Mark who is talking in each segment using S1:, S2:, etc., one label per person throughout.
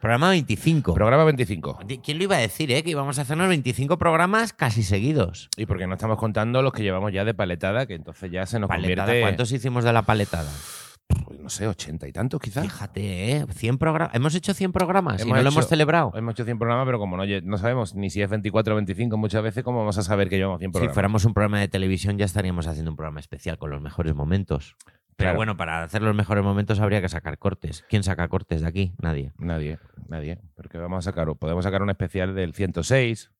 S1: Programa 25.
S2: Programa 25.
S1: Di- ¿Quién lo iba a decir, eh? Que íbamos a hacernos 25 programas casi seguidos.
S2: Y porque no estamos contando los que llevamos ya de paletada, que entonces ya se nos
S1: Paletada.
S2: convierte.
S1: ¿Cuántos hicimos de la paletada?
S2: Pues no sé, ochenta y tantos quizás.
S1: Fíjate, ¿eh? 100 programas. Hemos hecho 100 programas y
S2: Hemos
S1: no lo
S2: hecho-
S1: hemos celebrado.
S2: Hemos hecho 100 programas, pero como no, lle- no sabemos ni si es 24 o 25 muchas veces, ¿cómo vamos a saber que llevamos 100
S1: Si
S2: programas?
S1: fuéramos un programa de televisión ya estaríamos haciendo un programa especial con los mejores momentos. Pero
S2: Claro.
S1: bueno, para hacer los mejores momentos habría que sacar cortes. ¿Quién saca cortes de aquí? Nadie.
S2: Nadie, nadie. Porque vamos a sacar, podemos sacar un especial del 106.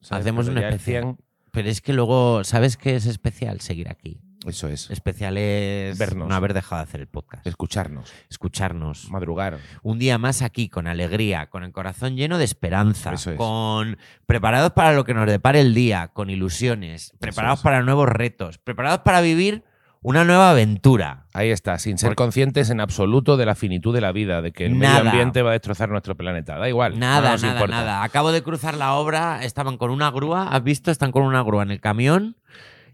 S2: ¿sabes?
S1: Hacemos
S2: Pero
S1: un
S2: ya el
S1: especial. Pero es que luego, ¿sabes qué es especial? Seguir aquí.
S2: 100, eso es.
S1: Especial es
S2: Vernos.
S1: no haber dejado de hacer el podcast.
S2: Escucharnos,
S1: Escucharnos.
S2: madrugar.
S1: Un día más aquí, con alegría, con el corazón lleno de esperanza,
S2: Eso es.
S1: con preparados para lo que nos depare el día, con ilusiones, preparados
S2: es.
S1: para nuevos retos, preparados para vivir una nueva aventura.
S2: Ahí está, sin ser
S1: Porque-
S2: conscientes en absoluto de la finitud de la vida, de que el
S1: Nada.
S2: medio ambiente va a destrozar nuestro planeta. Da igual. no
S1: Nada,
S2: nos
S1: nada,
S2: importa.
S1: nada. Acabo de cruzar la obra, estaban con una grúa, ¿has visto? Están con una grúa en el camión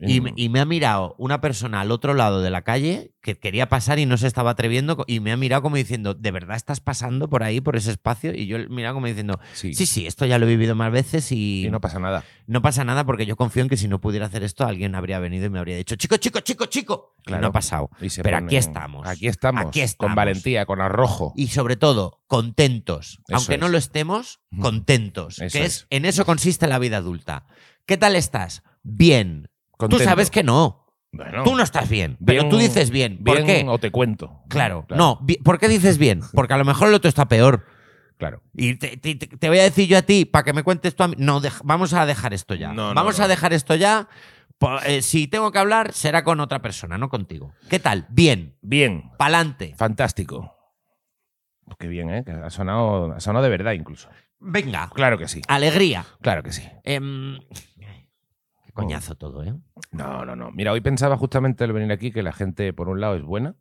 S1: y,
S2: Mm.
S1: me- y me ha mirado una persona al otro lado de la calle que quería pasar y no se estaba atreviendo co- y me ha mirado como diciendo, ¿de verdad estás pasando por ahí, por ese espacio? Y yo he mirado como diciendo,
S2: Sí.
S1: sí, sí, esto ya lo he vivido más veces y,
S2: Y no
S1: no,
S2: pasa nada.
S1: pasa nada porque yo confío en que si no pudiera hacer esto alguien habría venido y me habría dicho, chico, chico, chico, chico. Y
S2: Claro.
S1: no ha pasado.
S2: Y se
S1: Pero
S2: ponen-
S1: aquí estamos.
S2: Aquí estamos.
S1: Aquí estamos.
S2: Con valentía, con arrojo.
S1: y sobre todo contentos,
S2: Eso
S1: aunque no
S2: es.
S1: lo estemos,
S2: Ujú.
S1: contentos,
S2: Eso
S1: que es,
S2: es.
S1: en eso consiste la vida adulta. ¿Qué tal estás? Bien.
S2: Contento.
S1: Tú sabes que no.
S2: Bueno,
S1: Tú no estás bien, pero
S2: Bien-
S1: tú dices bien. ¿Por
S2: bien
S1: qué?
S2: o te cuento.
S1: Claro, no. bi- ¿Por qué dices bien? Porque a lo mejor el otro está peor.
S2: Claro.
S1: Y te, te- te- te voy a decir yo a ti para que me cuentes tú a mí. No, dej- vamos a dejar esto ya.
S2: No, no,
S1: vamos
S2: no.
S1: a dejar esto ya. Po- eh, si tengo que hablar, será con otra persona, no contigo. ¿Qué tal? Bien.
S2: Bien.
S1: Pa'lante.
S2: Fantástico. Pues qué bien, ¿eh? Que ha sonado, ha sonado de verdad incluso.
S1: Venga.
S2: Claro que sí.
S1: Alegría.
S2: Claro que sí.
S1: Em, qué
S2: Oh.
S1: coñazo todo, ¿eh?
S2: No, no, no. Mira, hoy pensaba justamente al venir aquí que la gente, por un lado, es buena.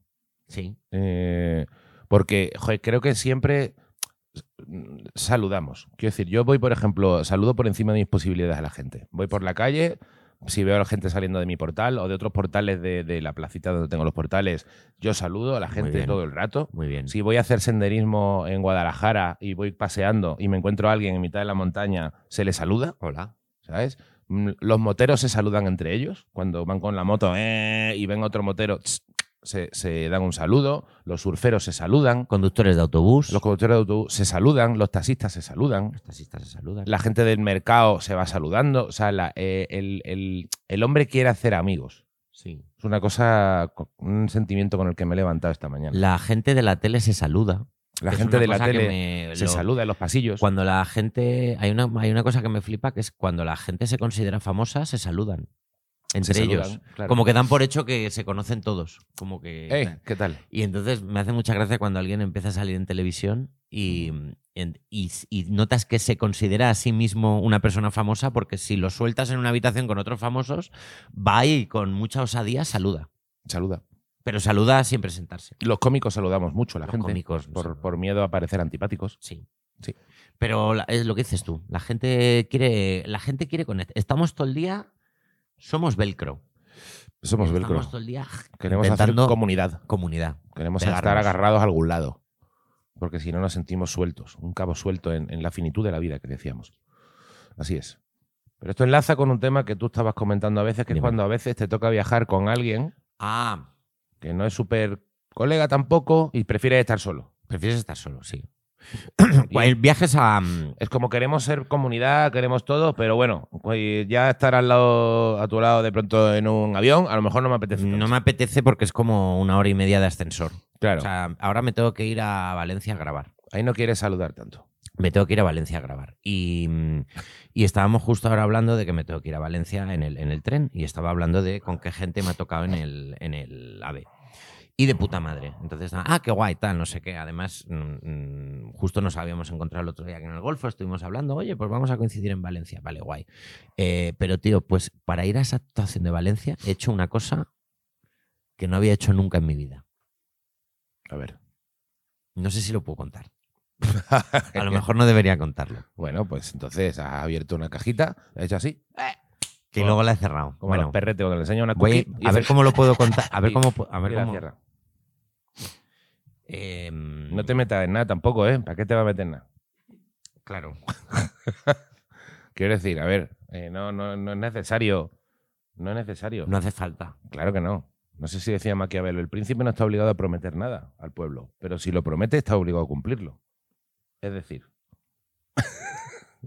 S1: Sí.
S2: eh, porque, joder, creo que siempre mm, saludamos. Quiero decir, yo voy, por ejemplo, saludo por encima de mis posibilidades a la gente. Voy por la calle, si veo a la gente saliendo de mi portal o de otros portales de, de la placita donde tengo los portales, yo saludo a la
S1: Muy
S2: gente
S1: bien. Mm.
S2: todo el rato.
S1: Muy bien.
S2: Si voy a hacer senderismo en Guadalajara y voy paseando y me encuentro a alguien en mitad de la montaña, se le saluda,
S1: Hola.
S2: ¿sabes? Mm, Los moteros se saludan entre ellos. Cuando van con la moto eh, y ven otro motero, tss, se, se dan un saludo. Los surferos se saludan.
S1: Conductores de autobús.
S2: Los conductores de autobús se saludan. Los taxistas se saludan.
S1: Los taxistas se saludan.
S2: La gente del mercado se va saludando. O sea, la- eh, el, el- el hombre quiere hacer amigos.
S1: Sí.
S2: Es una cosa, co- un sentimiento con el que me he levantado esta mañana.
S1: La gente de la tele se saluda.
S2: La,
S1: que es
S2: gente
S1: una
S2: de la
S1: cosa que
S2: tele
S1: me-
S2: se
S1: lo-
S2: saluda en los pasillos.
S1: Cuando la gente. Hay una, hay una cosa que me flipa que es cuando la gente se considera famosa, se saludan. Entre
S2: Se
S1: ellos.
S2: saludan, claro.
S1: Como que dan por hecho que se conocen todos. Como que.
S2: Eh, ¿Qué tal?
S1: Y entonces me hace mucha gracia cuando alguien empieza a salir en televisión y, mm, en- y- y notas que se considera a sí mismo una persona famosa porque si lo sueltas en una habitación con otros famosos, va y con mucha osadía saluda.
S2: Saluda.
S1: Pero saluda sin presentarse.
S2: Los cómicos saludamos mucho a la
S1: Los
S2: gente.
S1: cómicos. no
S2: por,
S1: saludan.
S2: por miedo a parecer antipáticos.
S1: Sí.
S2: Sí.
S1: Pero la- es lo que dices tú. La gente quiere, la gente quiere conectar. Estamos todo el día, somos velcro.
S2: Somos
S1: Estamos
S2: velcro.
S1: todo el día
S2: Queremos
S1: intentando-
S2: hacer comunidad.
S1: comunidad.
S2: Queremos
S1: pegarnos.
S2: estar agarrados a algún lado. Porque si no nos sentimos sueltos. Un cabo suelto en, en la finitud de la vida que decíamos. Así es. Pero esto enlaza con un tema que tú estabas comentando a veces, que
S1: Dime.
S2: es cuando a veces te toca viajar con alguien
S1: Ah,
S2: que no es súper colega tampoco y prefieres estar solo.
S1: prefieres estar solo, sí.
S2: Y
S1: Cual- Viajes a, mm,
S2: Es como queremos ser comunidad, queremos todo, pero bueno, pues ya estar al lado, a tu lado de pronto en un avión, a lo mejor no me apetece.
S1: No
S2: tanto.
S1: me apetece porque es como una hora y media de ascensor.
S2: Claro.
S1: O sea, ahora me tengo que ir a Valencia a grabar.
S2: Ahí no quieres saludar tanto.
S1: Me tengo que ir a Valencia a grabar. Y, mm, y estábamos justo ahora hablando de que me tengo que ir a Valencia en el, en el tren. Y estaba hablando de con qué gente me ha tocado en el, en el AVE. Y de puta madre. Entonces, ah, qué guay, tal, no sé qué. Además, mm, mm, justo nos habíamos encontrado el otro día aquí en el Golfo, estuvimos hablando, oye, pues vamos a coincidir en Valencia. Vale, guay. Eh, pero, tío, pues para ir a esa actuación de Valencia he hecho una cosa que no había hecho nunca en mi vida.
S2: A ver.
S1: No sé si lo puedo contar. A lo mejor no debería contarlo.
S2: Bueno, pues entonces has abierto una cajita, la has hecho así,
S1: Que
S2: Como-
S1: luego la he cerrado.
S2: como a
S1: bueno,
S2: los perretes cuando le enseña una
S1: voy
S2: cookie y
S1: a ver
S2: hace-
S1: cómo lo puedo contar. A ver
S2: y-
S1: cómo. pu- A
S2: y
S1: ver
S2: la
S1: cómo-
S2: cierra.
S1: Em,
S2: No te metas en nada tampoco, ¿eh? ¿Para qué te va a meter en nada?
S1: Claro.
S2: Quiero decir, a ver, eh, no, no, no es necesario. No es necesario.
S1: No hace falta.
S2: Claro que no. No sé si decía Maquiavelo, el príncipe no está obligado a prometer nada al pueblo, pero si lo promete está obligado a cumplirlo. Es decir,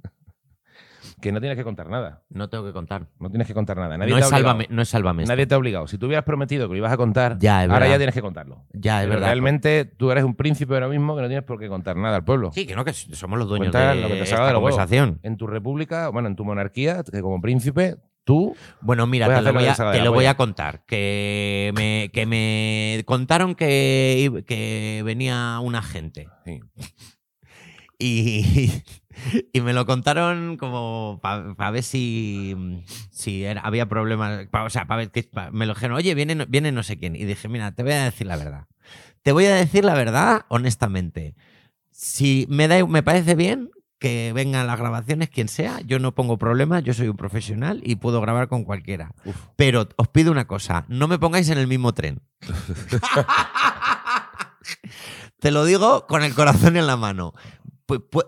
S2: que no tienes que contar nada.
S1: No tengo que contar.
S2: No tienes que contar nada. Nadie
S1: no,
S2: te
S1: es
S2: ha obligado.
S1: sálvame, no es sálvame. esto.
S2: Nadie te ha obligado. Si tú hubieras prometido que lo ibas a contar,
S1: Ya, es
S2: ahora
S1: verdad.
S2: ya tienes que contarlo.
S1: Ya, es
S2: Pero
S1: verdad. pues.
S2: Realmente tú eres un príncipe ahora mismo que no tienes por qué contar nada al pueblo.
S1: Sí, que no, que somos los dueños
S2: Cuenta
S1: de
S2: lo que te salga
S1: esta
S2: de los huevos.
S1: conversación.
S2: En tu república, bueno, en tu monarquía, que como príncipe, tú
S1: Bueno, mira,
S2: Puedes
S1: te lo,
S2: hacer lo
S1: voy
S2: que
S1: a,
S2: te salga
S1: te
S2: de la
S1: lo voy
S2: polla.
S1: a contar. Que me, que me contaron que, ib- que venía un agente.
S2: Sí.
S1: Y, y me lo contaron como para ver si, si era- había problemas. pa- o sea, para ver que pa- me lo dijeron, oye, viene, no- viene no sé quién. Y dije, mira, te voy a decir la verdad. Te voy a decir la verdad, honestamente. Si me, da, i- me parece bien que vengan las grabaciones, quien sea, yo no pongo problemas, yo soy un profesional y puedo grabar con cualquiera.
S2: Uf.
S1: Pero os pido una cosa, no me pongáis en el mismo tren. Te lo digo con el corazón en la mano. Pu- pu-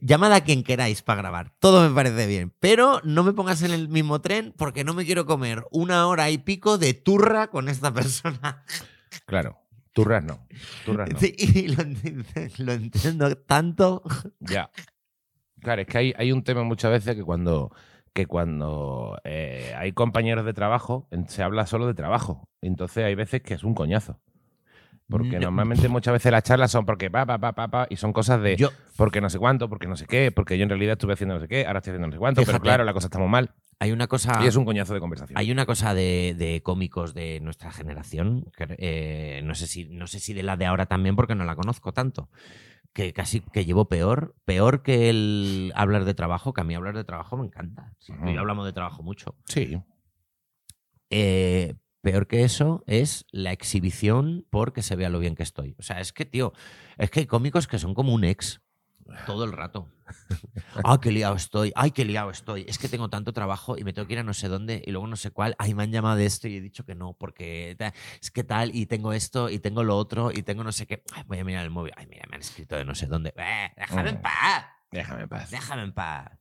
S1: llamad a quien queráis para grabar, todo me parece bien, pero no me pongas en el mismo tren porque no me quiero comer una hora y pico de turra con esta persona.
S2: Claro, turras no. Turras no.
S1: Sí, y lo, ent- lo entiendo tanto.
S2: Ya. Claro, es que hay, hay un tema muchas veces que cuando, que cuando eh, hay compañeros de trabajo, en- se habla solo de trabajo. Entonces hay veces que es un coñazo. Porque
S1: No.
S2: normalmente muchas veces las charlas son porque pa, pa, pa, pa, pa, y son cosas de
S1: Yo,
S2: porque no sé cuánto, porque no sé qué, porque yo en realidad estuve haciendo no sé qué, ahora estoy haciendo no sé cuánto, pero
S1: Fíjate. Ah.
S2: claro, la cosa está muy mal.
S1: hay una cosa...
S2: Y es un coñazo de conversación.
S1: Hay una cosa de, de cómicos de nuestra generación, que, eh, no, sé si, no sé si de la de ahora también porque no la conozco tanto, que casi que llevo peor, peor que el hablar de trabajo, que a mí hablar de trabajo me encanta. Sí, tú y yo
S2: Ujú.
S1: hablamos de trabajo mucho.
S2: Sí.
S1: Eh, peor que eso es la exhibición porque se vea lo bien que estoy. O sea, es que, tío, es que hay cómicos que son como un ex todo el rato. Ah, qué liado estoy. Ay, qué liado estoy. Es que tengo tanto trabajo y me tengo que ir a no sé dónde y luego no sé cuál. Ay, me han llamado de esto y he dicho que no porque ta- es que tal y tengo esto y tengo lo otro y tengo no sé qué. Ay, voy a mirar el móvil. Ay, mira, me han escrito de no sé dónde. Eh, déjame en
S2: Mm.
S1: paz.
S2: Déjame en paz.
S1: Déjame en paz.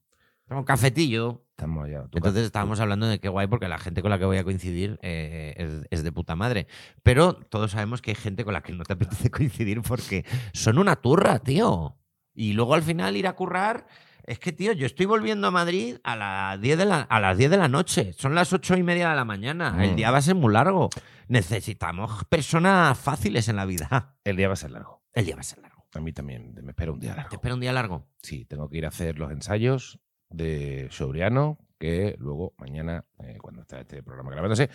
S1: Tengo un cafetillo.
S2: Estamos ya. tú-
S1: Entonces estábamos hablando de qué guay, porque la gente con la que voy a coincidir eh, es, es de puta madre. Pero todos sabemos que hay gente con la que no te apetece coincidir porque son una turra, tío. Y luego al final ir a currar. Es que, tío, yo estoy volviendo a Madrid a las 10 de la, a las 10 de la noche. Son las 8 y media de la mañana. El
S2: Mm.
S1: día va a ser muy largo. Necesitamos personas fáciles en la vida.
S2: El día va a ser largo.
S1: El día va a ser largo.
S2: A mí también me espero un día largo.
S1: Te espero un día largo.
S2: Sí, tengo que ir a hacer los ensayos de Sobriano, que luego mañana, eh, cuando está este programa grabándose,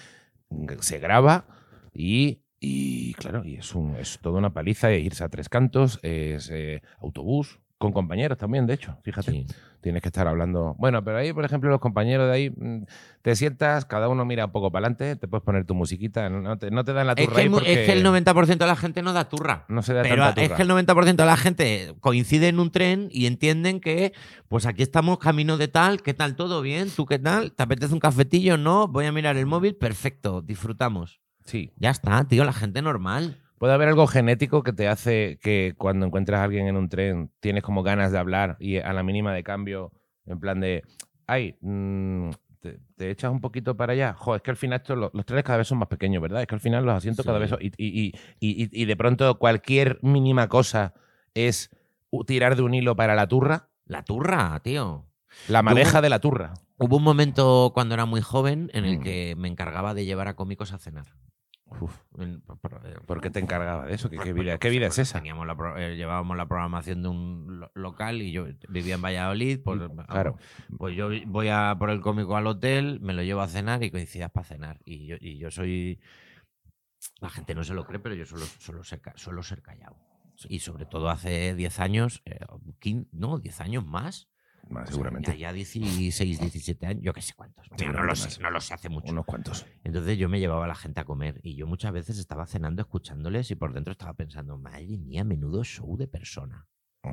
S2: g- se graba y, y, claro, y es, un, es toda una paliza e irse a tres cantos, es eh, autobús, con compañeros también, de hecho, fíjate.
S1: Sí.
S2: Tienes que estar hablando. Bueno, pero ahí, por ejemplo, los compañeros de ahí, mm, te sientas, cada uno mira un poco para adelante, te puedes poner tu musiquita, no te, no te dan la
S1: Es
S2: turra
S1: que,
S2: ahí
S1: el, mu-
S2: porque
S1: es que el 90% de la gente no da turra.
S2: no se da
S1: Pero
S2: tanta
S1: es
S2: turra.
S1: que el 90% de la gente coincide en un tren y entienden que, pues aquí estamos camino de tal, ¿qué tal? ¿Todo bien? ¿Tú qué tal? ¿Te apetece un cafetillo? No, voy a mirar el móvil, perfecto, disfrutamos.
S2: Sí,
S1: Ya está, tío, la gente normal.
S2: Puede haber algo genético que te hace que cuando encuentras a alguien en un tren tienes como ganas de hablar y a la mínima de cambio, en plan de, ay, mm, te, te echas un poquito para allá. Jo, es que al final esto- lo- los trenes cada vez son más pequeños, ¿verdad? Es que al final los asientos cada
S1: Sí.
S2: vez son... Y, y- y- y- y- y de pronto cualquier mínima cosa es u- tirar de un hilo para la turra,
S1: La turra, tío.
S2: la madeja de la turra.
S1: Hubo un momento cuando era muy joven en el
S2: Mm.
S1: que me encargaba de llevar a cómicos a cenar.
S2: Uf,
S1: En- por- por- eh,
S2: ¿Por qué te encargaba de eso? ¿Qué, qué
S1: Pues,
S2: vida,
S1: yo
S2: qué
S1: sé,
S2: vida es
S1: porque
S2: esa?
S1: teníamos la pro- eh, llevábamos la programación de un lo- local y yo vivía en Valladolid. Pues,
S2: Mm, Claro.
S1: Pues yo voy a por el cómico al hotel, me lo llevo a cenar y coincidas para cenar. Y yo, y yo soy. La gente no se lo cree, pero yo suelo, suelo ser, ca- suelo ser callado. Y sobre todo hace 10 años, eh, 15 no, 10 años más.
S2: Más
S1: O sea,
S2: seguramente.
S1: Ya, ya 16, 17 años, yo qué sé cuántos. Mira, no lo
S2: Seguramente
S1: sé,
S2: más.
S1: no lo sé hace mucho.
S2: Unos cuantos.
S1: Entonces yo me llevaba a la gente a comer y yo muchas veces estaba cenando escuchándoles y por dentro estaba pensando, madre mía, menudo show de persona.
S2: Mm,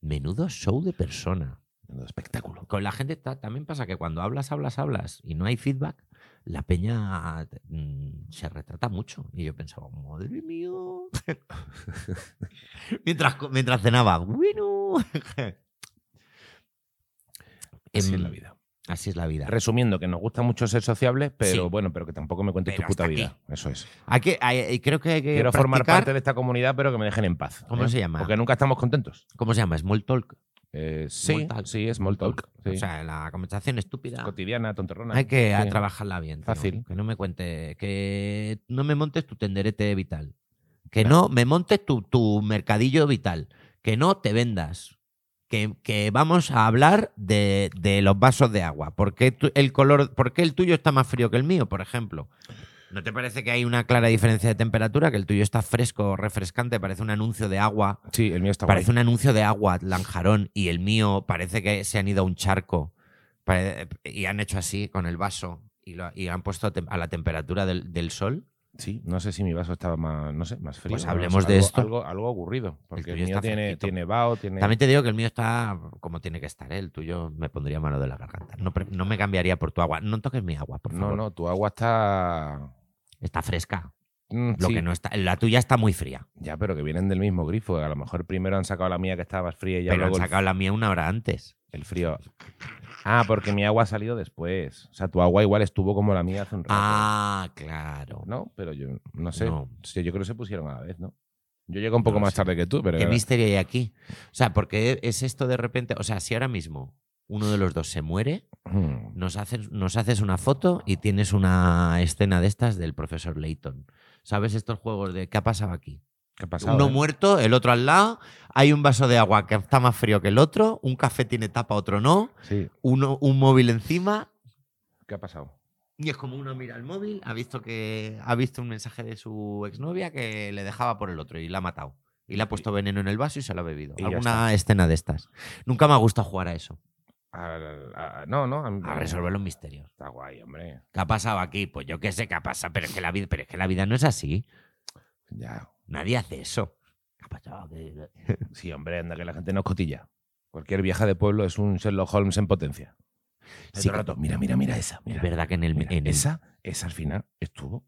S1: Menudo show de persona.
S2: un espectáculo.
S1: Con la gente ta- también pasa que cuando hablas, hablas, hablas y no hay feedback, la peña mm, se retrata mucho. Y yo pensaba, madre mía. mientras, co- mientras cenaba, bueno.
S2: Así es
S1: Em,
S2: la vida.
S1: Así es la vida.
S2: Resumiendo, que nos gusta mucho ser sociables, pero
S1: Sí.
S2: bueno, pero que tampoco me cuentes
S1: Pero
S2: tu puta
S1: hasta aquí.
S2: vida. Eso es.
S1: Hay que, hay- hay- creo que hay que
S2: Quiero formar
S1: Eh, practicar-
S2: parte de esta comunidad, pero que me dejen en paz. ¿eh?
S1: ¿Cómo se llama?
S2: Porque nunca estamos contentos.
S1: ¿Cómo se llama? Small talk.
S2: Eh, sí,
S1: Small talk.
S2: sí, small talk. sí.
S1: O sea, la conversación estúpida.
S2: Cotidiana, tontorrona.
S1: Hay que
S2: Sí.
S1: trabajarla bien. tío.
S2: Fácil.
S1: Que no me cuente, que no me montes tu tenderete vital. Que no me montes tu, tu mercadillo vital. Que no te vendas. Que, que vamos a hablar de, de los vasos de agua. ¿Por qué, tu- el color, ¿Por qué el tuyo está más frío que el mío, por ejemplo? ¿No te parece que hay una clara diferencia de temperatura? Que el tuyo está fresco, refrescante, parece un anuncio de agua
S2: Sí, el mío está
S1: Parece un anuncio de agua, Lanjarón, y el mío parece que se han ido a un charco Pare- eh, y han hecho así con el vaso y, lo- y han puesto a tem- a la temperatura del, del sol.
S2: Sí, no sé si mi vaso estaba más, no sé, más frío.
S1: Pues
S2: no
S1: hablemos
S2: sé,
S1: de
S2: algo-
S1: esto.
S2: Algo, algo aburrido, porque
S1: tuyo
S2: el, mío
S1: está
S2: tiene,
S1: fresquito.
S2: tiene vaho, tiene...
S1: También te digo que el mío está como tiene que estar, ¿eh? el tuyo me pondría malo de la garganta. No, pre- no me cambiaría por tu agua. No toques mi agua, por
S2: no,
S1: favor.
S2: no, tu agua está...
S1: Está fresca.
S2: Mm,
S1: Lo
S2: sí,
S1: que no está, la tuya está muy fría.
S2: Ya, pero que vienen del mismo grifo. A lo mejor primero han sacado la mía que estaba más fría y ya
S1: pero han
S2: luego el-
S1: sacado la mía una hora antes.
S2: el frío. Ah, porque mi agua ha salido después. O sea, tu agua igual estuvo como la mía hace un rato.
S1: Ah, claro.
S2: No, pero yo no sé.
S1: No.
S2: Sí, yo creo que se pusieron a la vez, ¿no? Yo llego un poco
S1: No lo
S2: más
S1: sé.
S2: tarde que tú, pero...
S1: ¿Qué
S2: era-
S1: misterio hay aquí? O sea, porque es esto de repente. O sea, si ahora mismo uno de los dos se muere,
S2: Mm,
S1: nos haces, nos haces una foto y tienes una escena de estas del profesor Layton. ¿Sabes estos juegos de qué ha pasado aquí?
S2: ¿Qué ha pasado?
S1: Uno
S2: eh?
S1: muerto, el otro al lado, hay un vaso de agua que está más frío que el otro, un café tiene tapa, otro no,
S2: Sí,
S1: uno, un móvil encima.
S2: ¿qué ha pasado?
S1: Y es como uno mira el móvil, ha visto que ha visto un mensaje de su exnovia que le dejaba por el otro y la ha matado. Y le ha puesto veneno en el vaso y se lo ha bebido.
S2: Y ya
S1: Alguna escena de estas. Nunca me ha gustado jugar a eso,
S2: Al- a- no, no. mí-
S1: a resolver los misterios.
S2: Está guay, hombre.
S1: ¿Qué ha pasado aquí? Pues yo qué sé qué ha pasado, pero es que la vida, pero es que la vida no es así.
S2: Ya,
S1: Nadie hace eso. ¿Qué ha pasado? ¿Qué-
S2: Sí, hombre, anda, que la gente no cotilla. Cualquier vieja de pueblo es un Sherlock Holmes en potencia.
S1: Sí,
S2: Todo el rato, mira, mira, mira esa. Mira,
S1: Es verdad que en el,
S2: mira,
S1: en el-
S2: esa, esa al final estuvo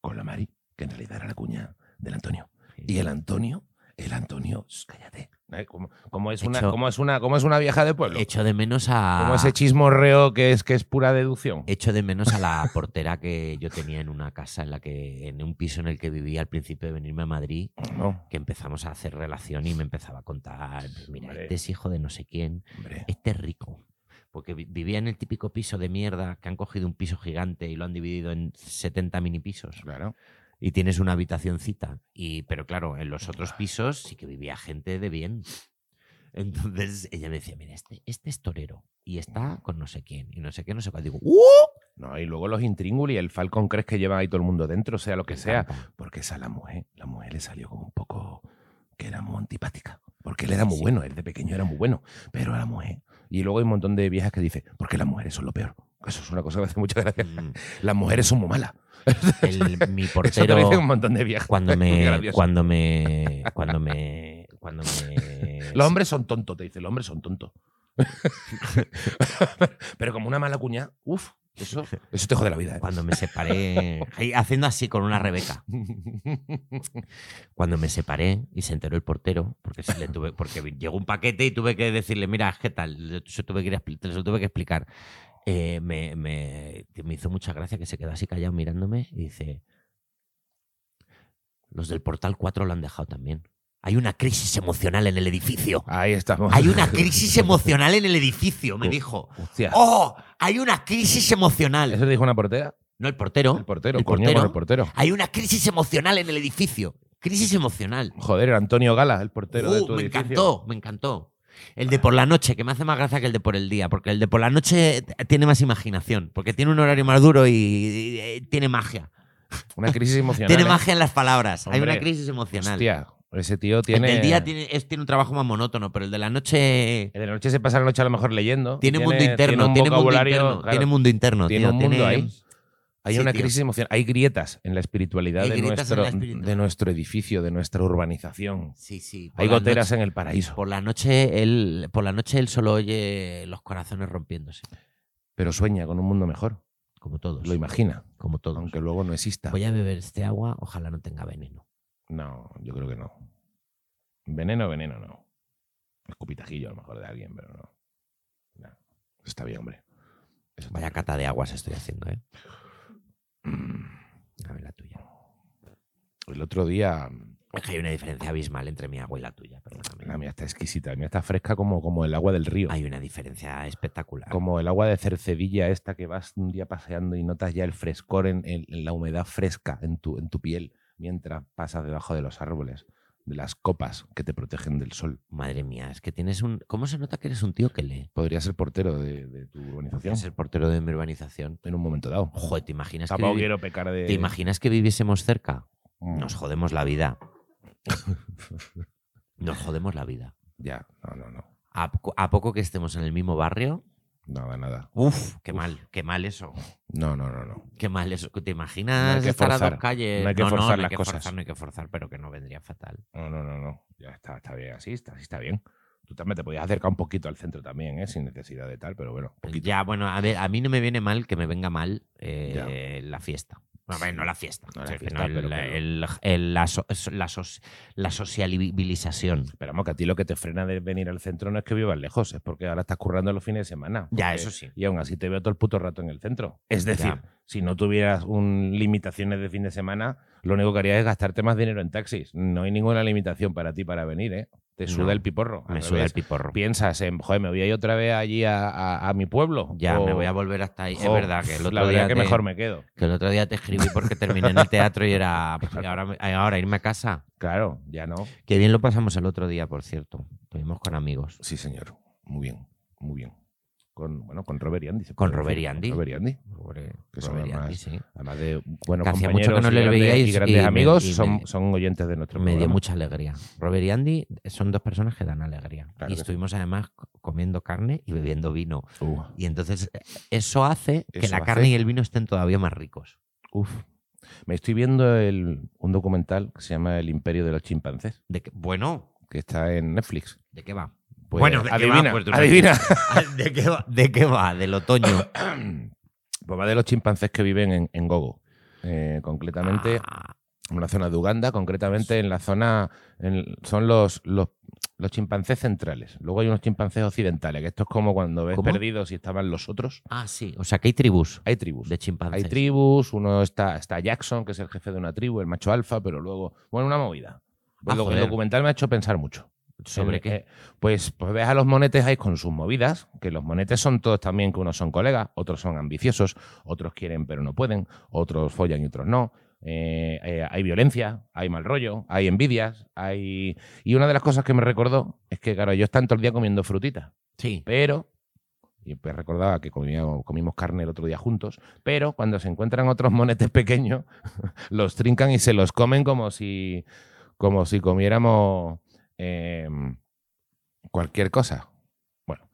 S2: con la Mari, que en realidad era la cuña del Antonio.
S1: eh,
S2: Y el Antonio, el Antonio, shh, cállate. ¿Eh? Como, como es una,
S1: Hecho-
S2: como es una, como es una vieja de pueblo.
S1: echo de menos a
S2: Como ese chismorreo que es que es pura deducción.
S1: echo de menos a la portera que yo tenía en una casa en la que en un piso en el que vivía al principio de venirme a Madrid
S2: No,
S1: que empezamos a hacer relación y me empezaba a contar, pues mira,
S2: Hombre.
S1: este es hijo de no sé quién,
S2: hombre.
S1: este es rico. Porque vi- vivía en el típico piso de mierda que han cogido un piso gigante y lo han dividido en 70 mini pisos.
S2: Claro.
S1: y tienes una habitacioncita. Y, pero claro, en los otros pisos sí que vivía gente de bien. Entonces ella me decía, mira, este, este es torero y está con no sé quién y no sé qué, no sé cuál. Digo, ¡uh!
S2: No, y luego los intríngulis y el Falcon crees que lleva ahí todo el mundo dentro, sea lo que
S1: Me
S2: sea.
S1: encanta.
S2: Porque esa la mujer, la mujer le salió como un poco que era muy antipática. Porque él era muy
S1: Sí.
S2: bueno, él de pequeño era muy bueno, pero la mujer. Y luego hay un montón de viejas que dicen, porque las mujeres son lo peor. Eso es una cosa que me hace mucha gracia.
S1: Mm,
S2: Las mujeres son muy malas.
S1: el- mi
S2: Eso te lo dicen un
S1: portero,
S2: montón de viejas.
S1: cuando
S2: Es muy
S1: me,
S2: gracioso.
S1: cuando me, cuando me, cuando me...
S2: Los hombres son tontos, te dicen, los hombres son tontos. pero como una mala cuña, uff, eso, eso te jode la vida. ¿eh?
S1: Cuando me separé, ahí, haciendo así con una Rebeca.
S2: ¿eh?
S1: Cuando me separé y se enteró el portero, porque, se le tuve, porque vi- llegó un paquete y tuve que decirle, mira, ¿qué tal? Le- Se tuve que, ir a expli- se lo tuve que explicar. Eh, me, me- que me hizo mucha gracia que se quedó así callado mirándome y dice, los del Portal 4 lo han dejado también. Hay una crisis emocional en el edificio.
S2: Ahí estamos.
S1: Hay una crisis emocional en el edificio, me
S2: Co-
S1: dijo.
S2: Hostia.
S1: ¡Oh! Hay una crisis emocional.
S2: ¿Eso te dijo una portera?
S1: No, el portero.
S2: El portero,
S1: el
S2: coño,
S1: portero.
S2: con el portero.
S1: Hay una crisis emocional en el edificio. Crisis emocional.
S2: Joder, era Antonio Gala, el portero de
S1: Uh,
S2: tu
S1: me
S2: edificio.
S1: encantó, me encantó. El de por la noche, que me hace más gracia que el de por el día, porque el de por la noche t- tiene más imaginación, porque tiene un horario más duro y, y- y tiene magia.
S2: Una crisis emocional.
S1: Tiene
S2: ¿eh?
S1: magia en las palabras. Hay una
S2: Hombre,
S1: crisis emocional.
S2: Hostia, ese tío
S1: el
S2: tiene.
S1: del día tiene, es- tiene un trabajo más monótono, pero el de la noche
S2: el de la noche se pasa la noche a lo mejor leyendo.
S1: tiene, mundo interno,
S2: un
S1: tiene mundo
S2: vocabulario,
S1: interno,
S2: claro,
S1: tiene mundo interno,
S2: tiene
S1: tío,
S2: un mundo
S1: tiene-
S2: ahí. Hay
S1: Sí,
S2: una
S1: tío.
S2: crisis emocional. Hay grietas en la espiritualidad
S1: Hay
S2: de
S1: grietas en
S2: nuestro,
S1: la espiritualidad.
S2: de nuestro edificio, de nuestra urbanización.
S1: Sí, sí. por
S2: Hay
S1: la
S2: goteras
S1: noche-
S2: en el paraíso,
S1: Por la noche él, por la noche él solo oye los corazones rompiéndose.
S2: pero sueña con un mundo mejor.
S1: como todos.
S2: Lo imagina,
S1: Como todos.
S2: aunque luego no exista.
S1: Voy a beber este agua, ojalá no tenga veneno.
S2: No, yo creo que no. Veneno, veneno, no. Escupitajillo a lo mejor de alguien, pero no. No, eso está bien, hombre. Eso está
S1: Vaya cata de aguas estoy haciendo, ¿eh?
S2: Mm.
S1: A ver la tuya.
S2: bien. El otro día,
S1: Es que hay una diferencia abismal entre mi agua y la tuya, perdóname.
S2: la mía está exquisita, la mía está fresca como, como el agua del río.
S1: Hay una diferencia espectacular.
S2: Como el agua de cercedilla esta que vas un día paseando y notas ya el frescor en, en- en la humedad fresca en tu, en tu piel mientras pasas debajo de los árboles, de las copas que te protegen del sol.
S1: Madre mía, es que tienes un. ¿Cómo se nota que eres un tío que lee?
S2: Podría ser portero de, de tu urbanización
S1: Podrías ser portero de mi urbanización.
S2: en un momento dado.
S1: Joder, ¿te imaginas, que
S2: Tampoco
S1: vivi-
S2: quiero pecar de...
S1: ¿te imaginas que viviésemos cerca?
S2: Mm.
S1: Nos jodemos la vida. Nos jodemos la vida.
S2: Ya, no, no, no.
S1: A, poco- a poco que estemos en el mismo barrio,
S2: Nada, nada.
S1: uff, qué mal, qué mal eso.
S2: No, no, no, no.
S1: Qué mal eso. ¿Te
S2: No
S1: imaginas
S2: hay que
S1: estar a
S2: forzar,
S1: dos calles?
S2: no hay que forzar
S1: no hay
S2: las
S1: que
S2: cosas.
S1: forzar, no hay que forzar, pero que no vendría fatal.
S2: No, no, no, no. Ya está, está bien así, está, así está bien. Tú también te podías acercar un poquito al centro también, ¿eh? Sin necesidad de tal, pero bueno, un poquito.
S1: Ya, bueno, a ver, a mí no me viene mal que me venga mal eh, la fiesta. A ver, no la fiesta.
S2: No la
S1: o sea, que
S2: fiesta,
S1: no,
S2: pero
S1: el-
S2: que-
S1: el- el- la, so- la sos- la socialibilización.
S2: Pero vamos, que a ti lo que te frena de venir al centro no es que vivas lejos, es porque ahora estás currando los fines de semana.
S1: Ya,
S2: Porque-
S1: eso sí.
S2: Y aún así te veo todo el puto rato en el centro. Es decir,
S1: Ya.
S2: si no tuvieras un, limitaciones de fin de semana, lo único que harías es gastarte más dinero en taxis. No hay ninguna limitación para ti para venir, ¿eh? Te suda
S1: No,
S2: el piporro. al
S1: Me suda el
S2: revés.
S1: piporro.
S2: Piensas en, joder, me voy a ir otra vez allí a, a- a mi pueblo.
S1: Ya, me
S2: O-
S1: voy a volver hasta ahí.
S2: Jo,
S1: es verdad que el otro
S2: oh, la verdad
S1: día
S2: que
S1: te,
S2: mejor me quedo.
S1: que el otro día te escribí porque terminé en el teatro y era y ahora, me- ahora irme a casa.
S2: Claro, ya no.
S1: Qué bien lo pasamos el otro día, por cierto. Estuvimos con amigos.
S2: Sí, señor. Muy bien, muy bien. Con, bueno, con Robert y Andy. se
S1: Con
S2: puede
S1: Robert
S2: decir.
S1: y Andy.
S2: Robert y Andy.
S1: Pobre-
S2: Que
S1: pobre
S2: son
S1: Andy,
S2: Pues más-
S1: sí.
S2: Además de buenos
S1: Que hacía mucho
S2: compañeros
S1: que no le
S2: y, grandes-
S1: veíais
S2: y
S1: y
S2: grandes
S1: me-
S2: amigos,
S1: y me-
S2: son, son oyentes de nuestro
S1: Me dio
S2: programa.
S1: mucha alegría. Robert y Andy eh, son dos personas que dan alegría.
S2: Claro que
S1: y
S2: sí.
S1: estuvimos además co- comiendo carne y bebiendo vino.
S2: Uh,
S1: Y entonces eh, eso hace que
S2: Eso
S1: la
S2: hace.
S1: carne y el vino estén todavía más ricos.
S2: uf. Me estoy viendo el- un documental que se llama El Imperio de los Chimpancés,
S1: ¿De qué- bueno,
S2: que está en Netflix.
S1: ¿de qué va?
S2: Pues,
S1: Bueno, ¿de qué va?
S2: adivina,
S1: Pues tú
S2: adivina.
S1: ¿De qué va? ¿De qué va? Del otoño.
S2: Pues va de los chimpancés que viven en, en Gogo. Eh, concretamente,
S1: Ah,
S2: en una zona de Uganda, concretamente en la zona. en- son los, los, los chimpancés centrales. Luego hay unos chimpancés occidentales, que esto es como cuando ves
S1: ¿Cómo?
S2: perdidos y estaban los otros.
S1: ah, sí. O sea, que hay tribus
S2: Hay tribus.
S1: de chimpancés.
S2: Hay tribus, uno está, está Jackson, que es el jefe de una tribu, el macho alfa, pero luego. Bueno, una movida. Pues
S1: Ah,
S2: lo- el
S1: joder.
S2: documental me ha hecho pensar mucho.
S1: ¿Sobre
S2: Eh,
S1: qué?
S2: eh, pues, pues ves a los monetes ahí con sus movidas, que los monetes son todos también que unos son colegas, otros son ambiciosos, otros quieren pero no pueden, otros follan y otros no. Eh, eh, hay violencia, hay mal rollo, hay envidias, hay... Y una de las cosas que me recordó es que, claro, yo estaba todo el día comiendo frutitas,
S1: Sí.
S2: pero... Y pues recordaba que comíamos, comimos carne el otro día juntos, pero cuando se encuentran otros monetes pequeños, los trincan y se los comen como si, como si comiéramos em, cualquier cosa. Bueno,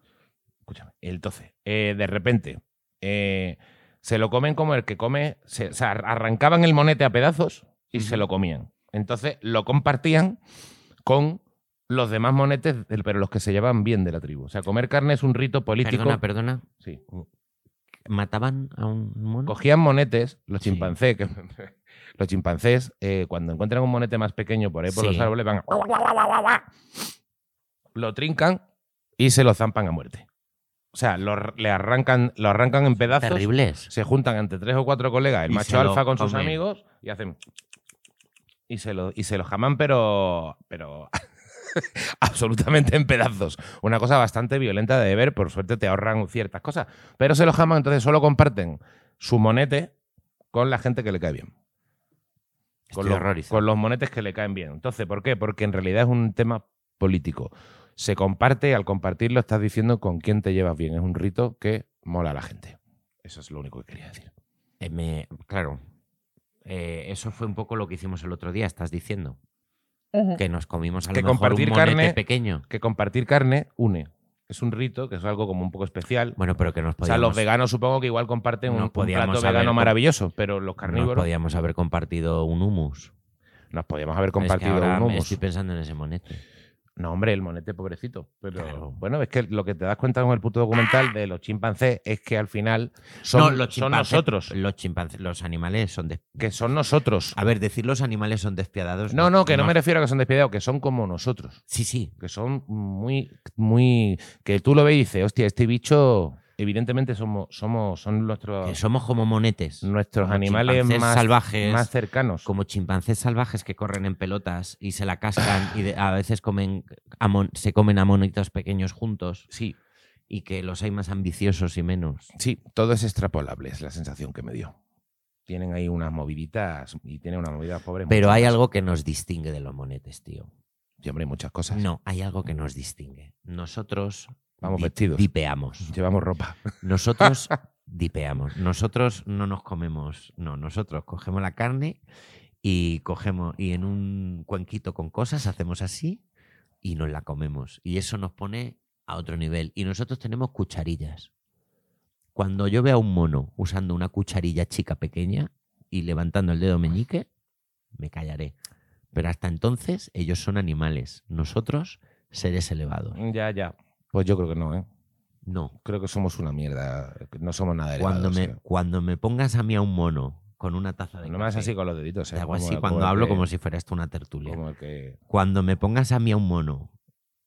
S2: escúchame. Entonces, eh, de repente, eh, se lo comen como el que come, se, o sea, arrancaban el monete a pedazos y se lo comían. Entonces, lo compartían con los demás monetes, del- pero los que se llevaban bien de la tribu. O sea, comer carne es un rito político.
S1: Perdona, perdona.
S2: Sí.
S1: ¿Mataban a un mono?
S2: Cogían monetes, los
S1: Sí.
S2: chimpancés, que- los chimpancés, eh, cuando encuentran un monete más pequeño por ahí por
S1: Sí.
S2: los árboles, van a- lo trincan y se lo zampan a muerte. O sea, lo, r- le arrancan, lo arrancan en pedazos,
S1: Terribles.
S2: se juntan entre tres o cuatro colegas, el
S1: Y se
S2: macho
S1: lo
S2: alfa con sus
S1: comen.
S2: amigos, y hacen. Y se lo, y se lo jaman, pero. pero absolutamente en pedazos. Una cosa bastante violenta de ver, por suerte te ahorran ciertas cosas. Pero se lo jaman, entonces solo comparten su monete con la gente que le cae bien.
S1: Estoy
S2: Con los,
S1: horrorizado.
S2: con los monetes que le caen bien. Entonces, ¿por qué? Porque en realidad es un tema político. Se comparte, al compartirlo estás diciendo con quién te llevas bien. Es un rito que mola a la gente. Eso es lo único que quería decir.
S1: Eh, me- claro. Eh, eso fue un poco lo que hicimos el otro día, estás diciendo. Que nos comimos a
S2: Que
S1: lo mejor un
S2: compartir
S1: monete
S2: carne-
S1: pequeño.
S2: Que compartir carne une. Es un rito, que es algo como un poco especial.
S1: Bueno, pero que nos
S2: o sea, los
S1: podíamos,
S2: veganos supongo que igual comparten un-
S1: No
S2: un,
S1: podíamos
S2: plato
S1: haber
S2: vegano
S1: com-
S2: maravilloso, pero los
S1: nos
S2: carnívoros
S1: podíamos haber compartido un humus.
S2: nos podíamos haber
S1: Es que
S2: compartido
S1: ahora
S2: un
S1: me
S2: hummus.
S1: estoy pensando en ese monete.
S2: No, hombre, el monete, pobrecito. Pero
S1: Claro.
S2: bueno, es que lo que te das cuenta con el puto documental de los chimpancés es que al final son,
S1: No, los
S2: son
S1: chimpancés-
S2: nosotros.
S1: Los chimpancés, los animales son... des-
S2: Que son nosotros.
S1: A ver, decir los animales son despiadados...
S2: No, no, que no, me refiero a que son despiadados, que son como nosotros.
S1: Sí, sí.
S2: Que son muy, muy. Que tú lo ves y dices, hostia, este bicho, evidentemente somos, somos, son
S1: que
S2: nuestros,
S1: somos como monetes.
S2: nuestros
S1: como
S2: animales
S1: chimpancés
S2: más,
S1: salvajes.
S2: más cercanos.
S1: como chimpancés salvajes que corren en pelotas y se la cascan y de- a veces comen a mon- se comen a monitos pequeños juntos
S2: Sí,
S1: y que los hay más ambiciosos y menos.
S2: sí, todo es extrapolable, es la sensación que me dio. Tienen ahí unas moviditas y tienen una movida pobre.
S1: Pero
S2: muchas
S1: hay
S2: cosas.
S1: algo que nos distingue de los monetes, tío.
S2: Sí, hombre, hay muchas cosas.
S1: No, hay algo que nos distingue. Nosotros
S2: Vamos
S1: di-
S2: vestidos.
S1: dipeamos.
S2: Llevamos ropa.
S1: Nosotros dipeamos. Nosotros no nos comemos. No, nosotros cogemos la carne y cogemos y en un cuenquito con cosas hacemos así y nos la comemos. Y eso nos pone a otro nivel. Y nosotros tenemos cucharillas. Cuando yo veo a un mono usando una cucharilla chica pequeña y levantando el dedo meñique, me callaré. Pero hasta entonces ellos son animales. Nosotros seres elevados.
S2: Ya, ya. Pues yo creo que no, ¿eh?
S1: No,
S2: Creo que somos una mierda. No somos nada
S1: cuando
S2: elevados,
S1: me,
S2: ¿eh?
S1: cuando me pongas a mí a un mono con una taza de
S2: No me hagas
S1: café,
S2: así con los deditos, ¿eh?
S1: te hago
S2: Como-
S1: así cuando hablo
S2: el que-
S1: como si fuera esto una tertulia.
S2: como el que-
S1: Cuando me pongas a mí a un mono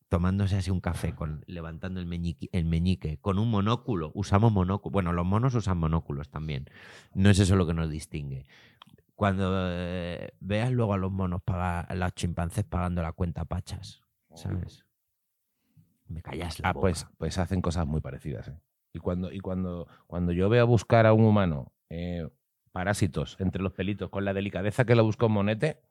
S1: tomándose así un café, con, levantando el meñique, el meñique, con un monóculo, usamos monóculo. Bueno, los monos usan monóculos también. No es eso lo que nos distingue. Cuando eh, veas luego a los monos, pagar, a los chimpancés pagando la cuenta a pachas, ¿sabes? Me callas la
S2: Oh. Ah,
S1: boca.
S2: pues, pues hacen cosas muy parecidas, ¿eh? Y cuando, y cuando, cuando yo veo a buscar a un humano eh, parásitos entre los pelitos con la delicadeza que lo buscó Monete,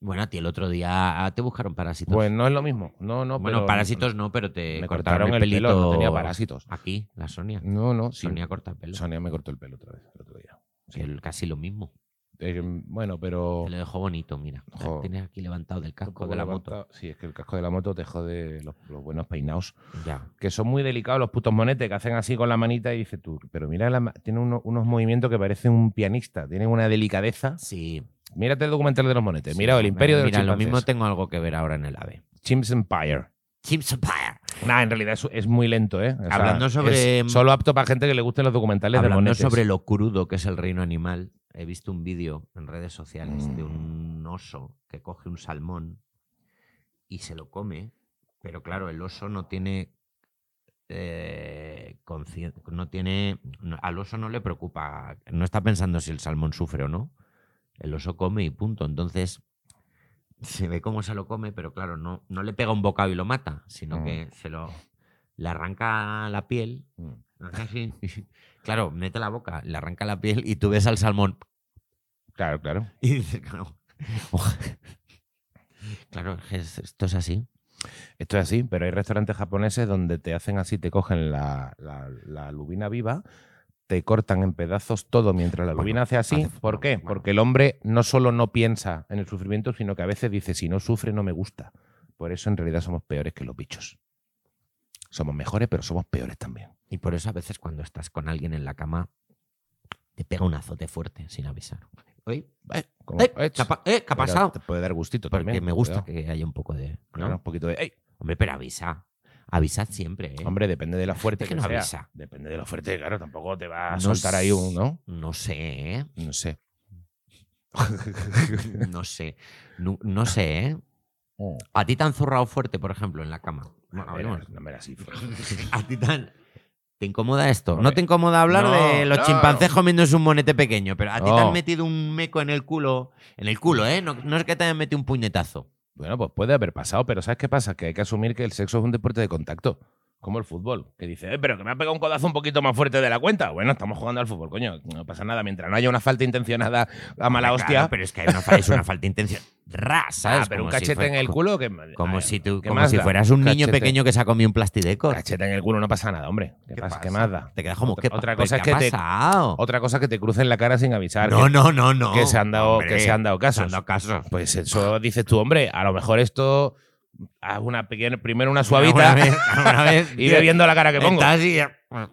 S1: Bueno, a ti el otro día ah, te buscaron parásitos.
S2: pues no es lo mismo. No, no,
S1: bueno,
S2: pero-
S1: parásitos no, pero te
S2: Me
S1: cortaron,
S2: cortaron
S1: el
S2: el
S1: pelito.
S2: pelo, no tenía parásitos.
S1: Aquí, la Sonia.
S2: No, no, sí.
S1: Sonia corta pelo.
S2: Sonia me cortó el pelo otra vez el otro día. sí.
S1: Que el- Casi lo mismo.
S2: Eh, bueno, pero.
S1: Te lo dejó bonito, mira.
S2: Jo.
S1: Tienes aquí levantado del casco de la moto.
S2: Sí, es que el casco de la moto te jode los, los buenos peinados.
S1: Ya.
S2: Que son muy delicados los putos monetes que hacen así con la manita y dices tú, pero mira, la ma- tiene uno- unos movimientos que parecen un pianista, tienen una delicadeza.
S1: Sí.
S2: Mírate el documental de los monetes, mira el
S1: Sí,
S2: imperio de
S1: Mira,
S2: los
S1: lo mismo
S2: chimpancés.
S1: tengo algo que ver ahora en el AVE.
S2: Chimps Empire.
S1: Chips Empire.
S2: Nah, en realidad es, es muy lento, ¿eh? O sea,
S1: Hablando sobre- mm,
S2: es solo apto para gente que le gusten los documentales de
S1: Hablando
S2: monetes.
S1: sobre lo crudo que es el reino animal, he visto un vídeo en redes sociales de
S2: Mm.
S1: un oso que coge un salmón y se lo come, pero claro, el oso no tiene eh, concien- no tiene no- al oso no le preocupa, no está pensando si el salmón sufre o no. El oso come y punto. Entonces se ve cómo se lo come, pero claro, no, no le pega un bocado y lo mata, sino
S2: Mm.
S1: que se lo le arranca la piel
S2: Mm.
S1: Hace así. Claro, mete la boca, le arranca la piel y tú ves al salmón
S2: Claro, claro.
S1: y dices, claro. Claro, es que es- esto es así.
S2: Esto es así, pero hay restaurantes japoneses donde te hacen así, te cogen la, la, la lubina viva, te cortan en pedazos todo mientras la
S1: Bueno,
S2: lubina hace así.
S1: hace-
S2: ¿Por qué?
S1: bueno.
S2: Porque el hombre no solo no piensa en el sufrimiento, sino que a veces dice, si no sufre, no me gusta. Por eso en realidad somos peores que los bichos. Somos mejores, pero somos peores también.
S1: Y por eso a veces cuando estás con alguien en la cama, te pega un azote fuerte sin avisar. Oye, eh,
S2: Como,
S1: eh,
S2: "Ech",
S1: ¿qué ha pa- eh, ¿qué ha
S2: pero
S1: pasado?
S2: Te puede dar gustito
S1: Porque
S2: también.
S1: me gusta
S2: cuidado.
S1: que haya un poco de. ¿no?
S2: Claro, un poquito de... "Ey".
S1: Hombre, pero avisa. Avisad siempre, ¿eh?
S2: Hombre, depende de la fuerte
S1: que
S2: que,
S1: no
S2: sea.
S1: avisa.
S2: Depende de lo fuerte, claro, tampoco te va a
S1: No
S2: soltar ahí un, ¿no?
S1: No sé, ¿eh?
S2: No sé.
S1: No sé. No, no sé, ¿eh?
S2: Oh.
S1: ¿A ti te han zurrado fuerte, por ejemplo, en la cama? Bueno,
S2: no, me
S1: hablemos.
S2: la- no me la cifro.
S1: A ti tan- ¿Te incomoda esto? No
S2: Hombre,
S1: te incomoda hablar
S2: no,
S1: de los
S2: no.
S1: chimpancés comiéndose un monete pequeño, pero a ti te han
S2: No.
S1: metido un meco en el culo. En el culo, ¿eh? No, no es que te hayan metido un puñetazo.
S2: Bueno, pues puede haber pasado, pero ¿sabes qué pasa? Que hay que asumir que el sexo es un deporte de contacto, como el fútbol, que dice, eh, pero que me ha pegado un codazo un poquito más fuerte de la cuenta. Bueno, estamos jugando al fútbol, coño, no pasa nada, mientras no haya una falta intencionada a mala
S1: Claro,
S2: hostia.
S1: pero es que hay una, fa- es una falta de intención. Ras,
S2: ah,
S1: ¿sabes?
S2: pero un
S1: Como si
S2: cachete
S1: fue-
S2: en el culo que...
S1: Como
S2: ay,
S1: si, tú,
S2: ¿qué
S1: como
S2: más
S1: si
S2: da?
S1: fueras un niño
S2: Cachete.
S1: pequeño que se ha comido un plastideco.
S2: Cachete en el culo no pasa nada, hombre. ¿Qué,
S1: ¿Qué
S2: pasa? ¿Qué
S1: pasa?
S2: más da?
S1: Te quedas como,
S2: Otra-
S1: ¿qué, pa-
S2: otra
S1: pero
S2: cosa es
S1: qué
S2: que
S1: ha
S2: te-
S1: pasado?
S2: Otra cosa es que te crucen la cara sin avisar.
S1: no,
S2: que,
S1: no, no, no.
S2: que se han dado,
S1: Hombre,
S2: que se han dado
S1: se
S2: casos.
S1: han dado casos.
S2: Pues eso dices tú, hombre, a lo mejor esto... Haz una pequeña, primero una suavita
S1: Alguna vez, alguna vez,
S2: y ve viendo la cara que pongo.
S1: estás y-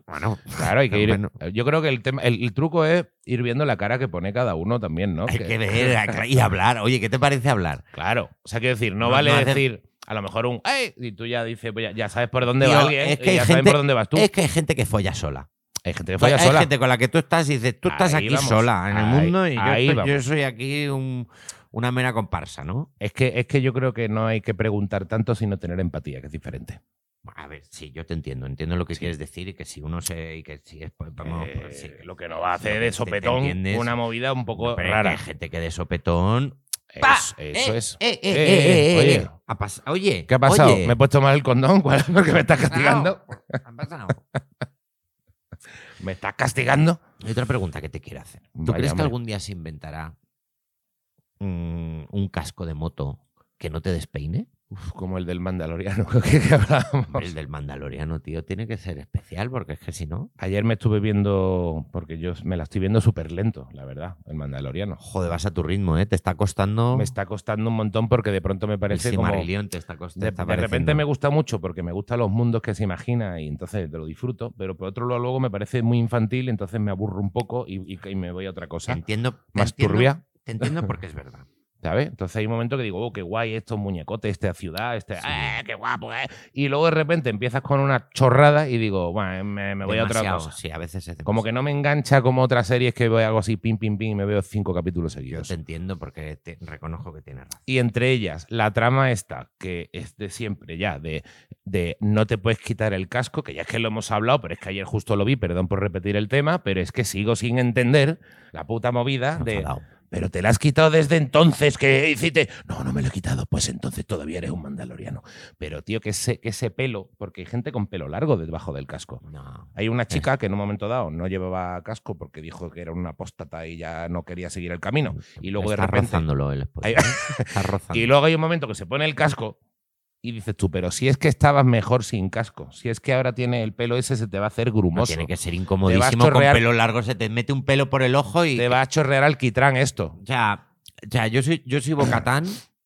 S1: Bueno,
S2: Claro, hay que ir.
S1: Bueno.
S2: Yo creo que el tema, el, el truco es ir viendo la cara que pone cada uno también, ¿no?
S1: Hay
S2: Que-
S1: que ver hay que- y hablar. Oye, ¿qué te parece hablar?
S2: Claro. O sea, quiero decir, no,
S1: No,
S2: vale
S1: no hace-
S2: decir. A lo mejor un ¡Ey! Y tú ya dices, pues ya, ya sabes por dónde
S1: Tío,
S2: va alguien.
S1: es que
S2: y
S1: hay
S2: ya saben
S1: gente-
S2: por dónde vas tú.
S1: Es que hay gente que folla sola.
S2: hay gente que
S1: Hay
S2: falla sola.
S1: gente con la que tú estás y dices, tú estás
S2: Ahí
S1: aquí
S2: vamos.
S1: sola en el
S2: Ahí-
S1: mundo y yo,
S2: ahí
S1: estoy- yo
S2: vamos.
S1: soy aquí un- una mera comparsa, ¿no?
S2: Es que, es que yo creo que no hay que preguntar tanto, sino tener empatía, que es diferente.
S1: A ver, sí, yo te entiendo, entiendo lo que quieres decir y que si uno se. Y que si es, pues, vamos,
S2: Eh,
S1: pues, sí, que-
S2: lo que nos va a
S1: sí,
S2: hacer
S1: te-
S2: de
S1: te
S2: sopetón
S1: entiendes.
S2: una movida un poco
S1: No, pero es que
S2: rara.
S1: Hay gente que de sopetón. ¡pa!
S2: Eso, eso
S1: Eh,
S2: es.
S1: eh, eh,
S2: Eh,
S1: eh,
S2: eh,
S1: eh,
S2: oye.
S1: eh. Ha pas- Oye.
S2: ¿Qué ha pasado?
S1: oye,
S2: ¿Me he puesto mal el condón? ¿Cuál? Porque me estás
S1: ha pasado,
S2: castigando.
S1: ha pasado.
S2: ¿Me estás castigando?
S1: Y otra pregunta que te quiero hacer. ¿Tú
S2: Vaya,
S1: crees que
S2: hombre.
S1: algún día se inventará mm, un casco de moto que no te despeine?
S2: Uf, como el del mandaloriano que que hablábamos.
S1: Hombre, El del Mandaloriano, tío, tiene que ser especial porque es que si no,
S2: Ayer me estuve viendo, porque yo me la estoy viendo súper lento, la verdad, el mandaloriano.
S1: joder, vas a tu ritmo, ¿eh? Te está costando.
S2: Me está costando un montón porque de pronto me
S1: el
S2: parece como... De,
S1: Simarillion te está costando.
S2: de repente me gusta mucho porque me gustan los mundos que se imagina y entonces te lo disfruto, pero por otro lado luego me parece muy infantil, entonces me aburro un poco y, y- y me voy a otra cosa
S1: entiendo, te
S2: más
S1: entiendo-
S2: turbia,
S1: Te entiendo porque es verdad.
S2: ¿sabes? Entonces hay un momento que digo, oh, qué guay estos muñecotes, esta ciudad, este...
S1: Sí.
S2: ¡eh, qué guapo, eh! Y luego de repente empiezas con una chorrada y digo, bueno, me, me voy a
S1: Demasiado,
S2: otra cosa.
S1: Sí, a veces es
S2: Como
S1: demasiado.
S2: que no me engancha como otras series que veo algo así, pim, pim, pim, y me veo cinco capítulos
S1: Yo
S2: seguidos.
S1: te entiendo porque te- reconozco que tienes razón.
S2: Y entre ellas, la trama esta, que es de siempre ya, de, de no te puedes quitar el casco, que ya es que lo hemos hablado, pero es que ayer justo lo vi, perdón por repetir el tema, pero es que sigo sin entender la puta movida de,
S1: Enfadado.
S2: pero te la has quitado desde entonces que hiciste. No, no me lo he quitado. Pues entonces todavía eres un mandaloriano. Pero, tío, que ese, que ese pelo, porque hay gente con pelo largo debajo del casco.
S1: No.
S2: Hay una chica que en un momento dado no llevaba casco porque dijo que era una apóstata y ya no quería seguir el camino. Y luego de
S1: Está
S2: repente.
S1: rozándolo el esposo,
S2: Ahí-
S1: ¿eh? Está rozando.
S2: Y luego hay un momento que se pone el casco y dices tú, pero si es que estabas mejor sin casco, si es que ahora tiene el pelo ese, se te va a hacer
S1: No,
S2: grumoso.
S1: tiene que ser incomodísimo con
S2: chorrear-
S1: pelo largo. Se te mete un pelo por el ojo y.
S2: Te va a chorrear alquitrán esto.
S1: O sea, o sea, yo soy, yo soy Bocatán.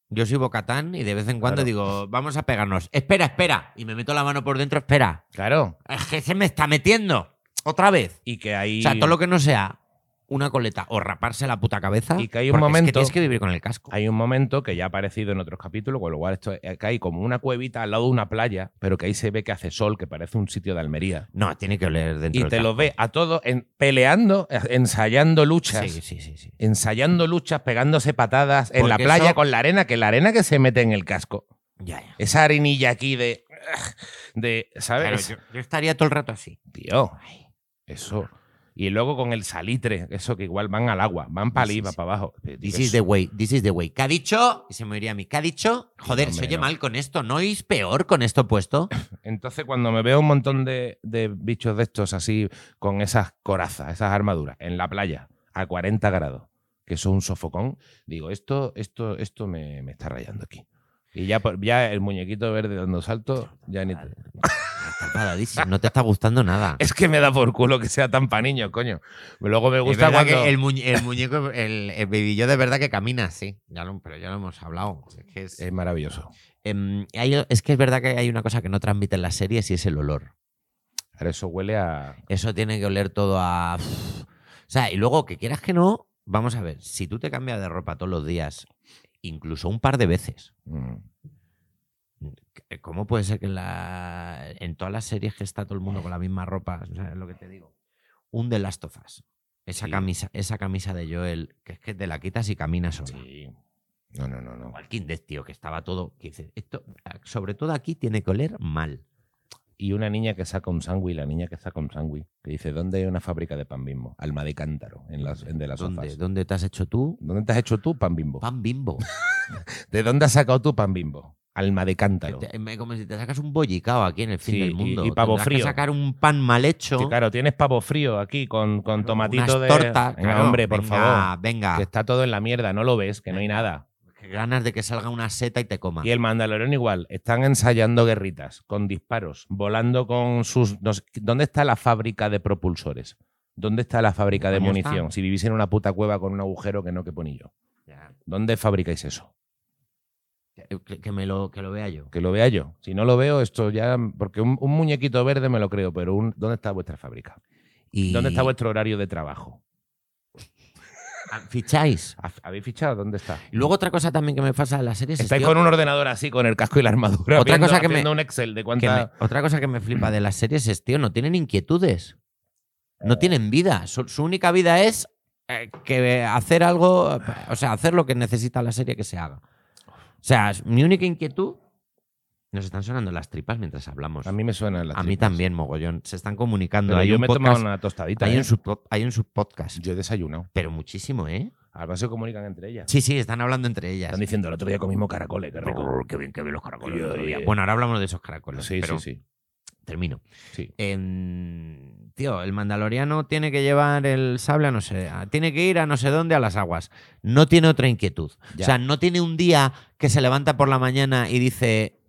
S1: Yo soy Bocatán y de vez en cuando
S2: Claro.
S1: digo, vamos a pegarnos. Espera, espera. Y me meto la mano por dentro, espera.
S2: Claro.
S1: Es que se me está metiendo. Otra vez.
S2: Y que hay.
S1: O sea, todo lo que no sea una coleta o raparse la puta cabeza.
S2: Y que hay un
S1: porque es
S2: momento-
S1: tienes que vivir con el casco.
S2: Hay un momento que ya ha aparecido en otros capítulos, con lo cual esto, que hay como una cuevita al lado de una playa, pero que ahí se ve que hace sol, que parece un sitio de Almería.
S1: No, tiene que oler dentro
S2: Y
S1: del
S2: te
S1: casco.
S2: los ve a todos en- peleando, eh, ensayando luchas.
S1: Sí, sí, sí. sí.
S2: Ensayando luchas, pegándose patadas en la
S1: Porque
S2: playa
S1: eso-
S2: con la arena, que la arena que se mete en el casco.
S1: Ya, ya.
S2: Esa arenilla aquí de. de
S1: Claro,
S2: ¿Sabes?
S1: yo, yo estaría todo el rato así.
S2: Tío, eso. Y luego con el salitre, eso que igual van al agua, van para
S1: Sí,
S2: arriba,
S1: sí.
S2: para abajo.
S1: This is the way, this is the way. ¿Qué ha dicho? Y se me iría a mí. ¿Qué ha dicho? Joder,
S2: No,
S1: se
S2: hombre,
S1: oye
S2: no.
S1: mal con esto. ¿No oís peor con esto puesto?
S2: Entonces, cuando me veo un montón de, de bichos de estos así, con esas corazas, esas armaduras, en la playa, a 40 grados, que eso es un sofocón, digo, esto, esto, esto me, me está rayando aquí. Y ya, por- ya el muñequito verde dando salto, ya ni.
S1: Vale. Está enfadadísimo, No te está gustando nada.
S2: Es que me da por culo que sea tan pa' niños, coño. Luego me gusta
S1: Es verdad
S2: cuando.
S1: que el, muñe- el muñeco, el, el baby yo de verdad que camina, sí. Ya lo- pero ya lo hemos hablado. Es que, es,
S2: Es maravilloso.
S1: Eh, em, hay- es que es verdad que hay una cosa que no transmiten las series y es el olor.
S2: Ahora eso huele a.
S1: Eso tiene que oler todo a... O sea, y luego, que quieras que no, vamos a ver, si tú te cambias de ropa todos los días, incluso un par de veces,
S2: mm,
S1: eh, ¿Cómo puede ser que en, la- en todas las series que está todo el mundo con la misma ropa? O sea, es lo que te digo. Un de las tofas. Esa,
S2: Sí.
S1: camisa, esa camisa de Joel, que es que te la quitas y caminas sola.
S2: sí. No, no, no, no.
S1: Walking Dead, tío, que estaba todo. Que dices, esto, ah, sobre todo aquí tiene que oler mal.
S2: y una niña que saca un sándwich, la niña que saca un sándwich, que dice, ¿dónde hay una fábrica de pan bimbo? Alma de cántaro, en las, en de las
S1: ¿Dónde, Ah.
S2: sofás.
S1: ¿Dónde te has hecho tú?
S2: ¿Dónde te has hecho tú pan bimbo?
S1: Pan bimbo.
S2: ¿De dónde has sacado tú pan bimbo? Alma de cántaro.
S1: Te- eh, me- Como si te sacas un bollicao aquí en el fin
S2: Sí,
S1: del
S2: y-
S1: mundo.
S2: y pavo
S1: Tendrás que
S2: frío.
S1: sacar un pan mal hecho.
S2: Que claro, tienes pavo frío aquí con, con
S1: unas
S2: tomatito de...
S1: tortas.
S2: Venga,
S1: claro,
S2: hombre, por
S1: venga,
S2: favor.
S1: Venga.
S2: Que está todo en la mierda, no lo ves, que no hay nada.
S1: Que ganas de que salga una seta y te coma.
S2: Y el Mandalorian igual, están ensayando guerritas, con disparos, volando con sus... no sé- ¿Dónde está la fábrica de propulsores? ¿Dónde está la fábrica de
S1: Coño,
S2: munición?
S1: Pues está.
S2: Si vivís en una puta cueva con un agujero que no que ponillo.
S1: Ya.
S2: ¿Dónde fabricáis eso?
S1: Eh, Que, que me lo, que lo vea yo.
S2: Que lo vea yo. Si no lo veo, esto ya. Porque un, un muñequito verde me lo creo, pero un- ¿dónde está vuestra fábrica?
S1: Y,
S2: ¿Dónde está vuestro horario de trabajo?
S1: Ah, Ficháis.
S2: ¿Hab- ¿Habéis fichado? ¿Dónde está?
S1: Y Luego otra cosa también que me pasa en las series es
S2: Estáis
S1: tío,
S2: con un ordenador así, con el casco y la armadura.
S1: Otra
S2: viendo-
S1: cosa que me-
S2: haciendo un Excel de
S1: que
S2: cuánta.
S1: me- otra cosa que me flipa de las series es, tío, no tienen inquietudes.
S2: Eh.
S1: No tienen vida. Su, su única vida es eh, que hacer algo, o sea, hacer lo que necesita la serie que se haga. O sea, es- mi única inquietud... Nos están sonando las tripas mientras hablamos.
S2: Pues A mí me suena la
S1: A mí también, mogollón. Se están comunicando.
S2: Pero
S1: hay,
S2: yo
S1: un
S2: me he tomado
S1: podcast,
S2: una tostadita.
S1: hay,
S2: ¿eh?
S1: un subpo- hay un subpodcast.
S2: Yo he desayunado.
S1: Pero muchísimo, ¿eh?
S2: Además se comunican entre ellas.
S1: Sí, sí, están hablando entre ellas.
S2: Están diciendo, el otro día comimos caracoles, qué rico.
S1: Brr, qué bien que ven los caracoles.
S2: Yo-
S1: el otro día.
S2: yo-
S1: Bueno, ahora hablamos de esos caracoles.
S2: Sí,
S1: pero
S2: sí, sí,
S1: termino.
S2: sí.
S1: Em, tío, el mandaloriano tiene que llevar el sable a no sé, a- tiene que ir a no sé dónde a las aguas. No tiene otra inquietud.
S2: Ya.
S1: O sea, no tiene un día que se levanta por la mañana y dice,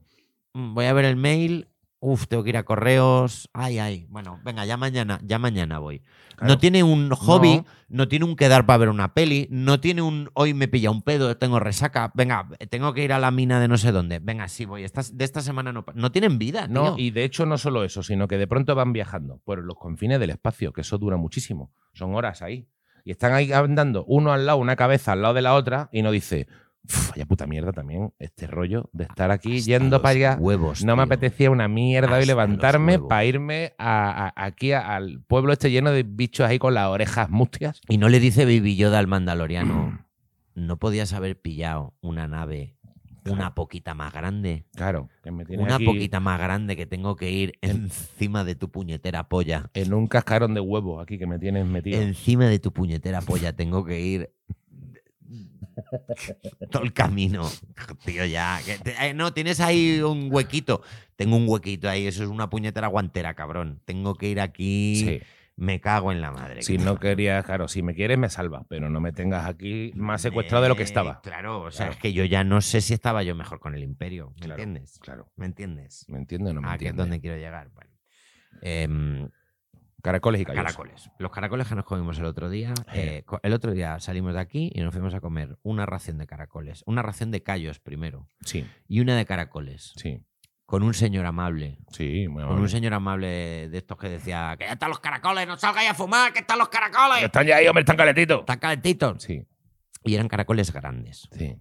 S1: "Mm, voy a ver el mail, uf, tengo que ir a correos, ay, ay, bueno, venga, ya mañana, ya mañana voy.
S2: Claro.
S1: No tiene un hobby,
S2: No.
S1: no. tiene un quedar para ver una peli, no tiene un hoy me pilla un pedo, tengo resaca, venga, tengo que ir a la mina de no sé dónde, venga, sí voy, Estas- de esta semana no, pa- no tienen vida,
S2: No,
S1: tío.
S2: y de hecho no solo eso, sino que de pronto van viajando por los confines del espacio, que eso dura muchísimo. Son horas ahí. Y están ahí andando uno al lado, una cabeza al lado de la otra, y no dice, "Uf, vaya puta mierda también, este rollo de estar aquí
S1: Hasta
S2: yendo
S1: los
S2: para allá.
S1: Huevos,
S2: No me
S1: tío.
S2: apetecía una mierda
S1: Hasta
S2: hoy
S1: los
S2: levantarme
S1: huevos.
S2: para irme a- a- aquí a- al pueblo este lleno de bichos ahí con las orejas mustias.
S1: Y no le dice Baby Yoda al mandaloriano,
S2: Mm.
S1: no podías haber pillado una nave una poquita más grande.
S2: Claro, que me tienes
S1: Una
S2: aquí
S1: poquita más grande que tengo que ir encima de tu puñetera polla.
S2: en un cascarón de huevos aquí que me tienes metido.
S1: Encima de tu puñetera polla tengo que ir todo el camino. Tío, ya. que te- eh, no, tienes ahí un huequito. Tengo un huequito ahí. Eso es una puñetera guantera, cabrón. Tengo que ir aquí.
S2: Sí.
S1: Me cago en la madre.
S2: Si no querías, claro, si me quieres me salvas, pero no me tengas aquí más secuestrado de lo que
S1: Eh,
S2: estaba.
S1: Claro, o sea,
S2: Claro.
S1: es que yo ya no sé si estaba yo mejor con el imperio. ¿Me
S2: Claro.
S1: entiendes?
S2: Claro,
S1: ¿Me entiendes?
S2: me entiendo, no me
S1: Ah, que es
S2: entiende.
S1: donde quiero llegar. Bueno. Em,
S2: Caracoles y callos.
S1: caracoles. Los caracoles que nos comimos el otro día.
S2: Eh.
S1: eh, co- el otro día salimos de aquí y nos fuimos a comer una ración de caracoles. Una ración de callos primero.
S2: Sí,
S1: Y una de caracoles.
S2: sí,
S1: Con un señor amable.
S2: sí, muy
S1: Con un
S2: amable.
S1: señor amable de estos que decía: ¡Que ya están los caracoles! ¡No salgáis a fumar! ¡Que están los caracoles!
S2: Están ya ahí, hombre, están caletitos.
S1: ¡Están calentitos!
S2: Sí,
S1: Y eran caracoles grandes.
S2: sí.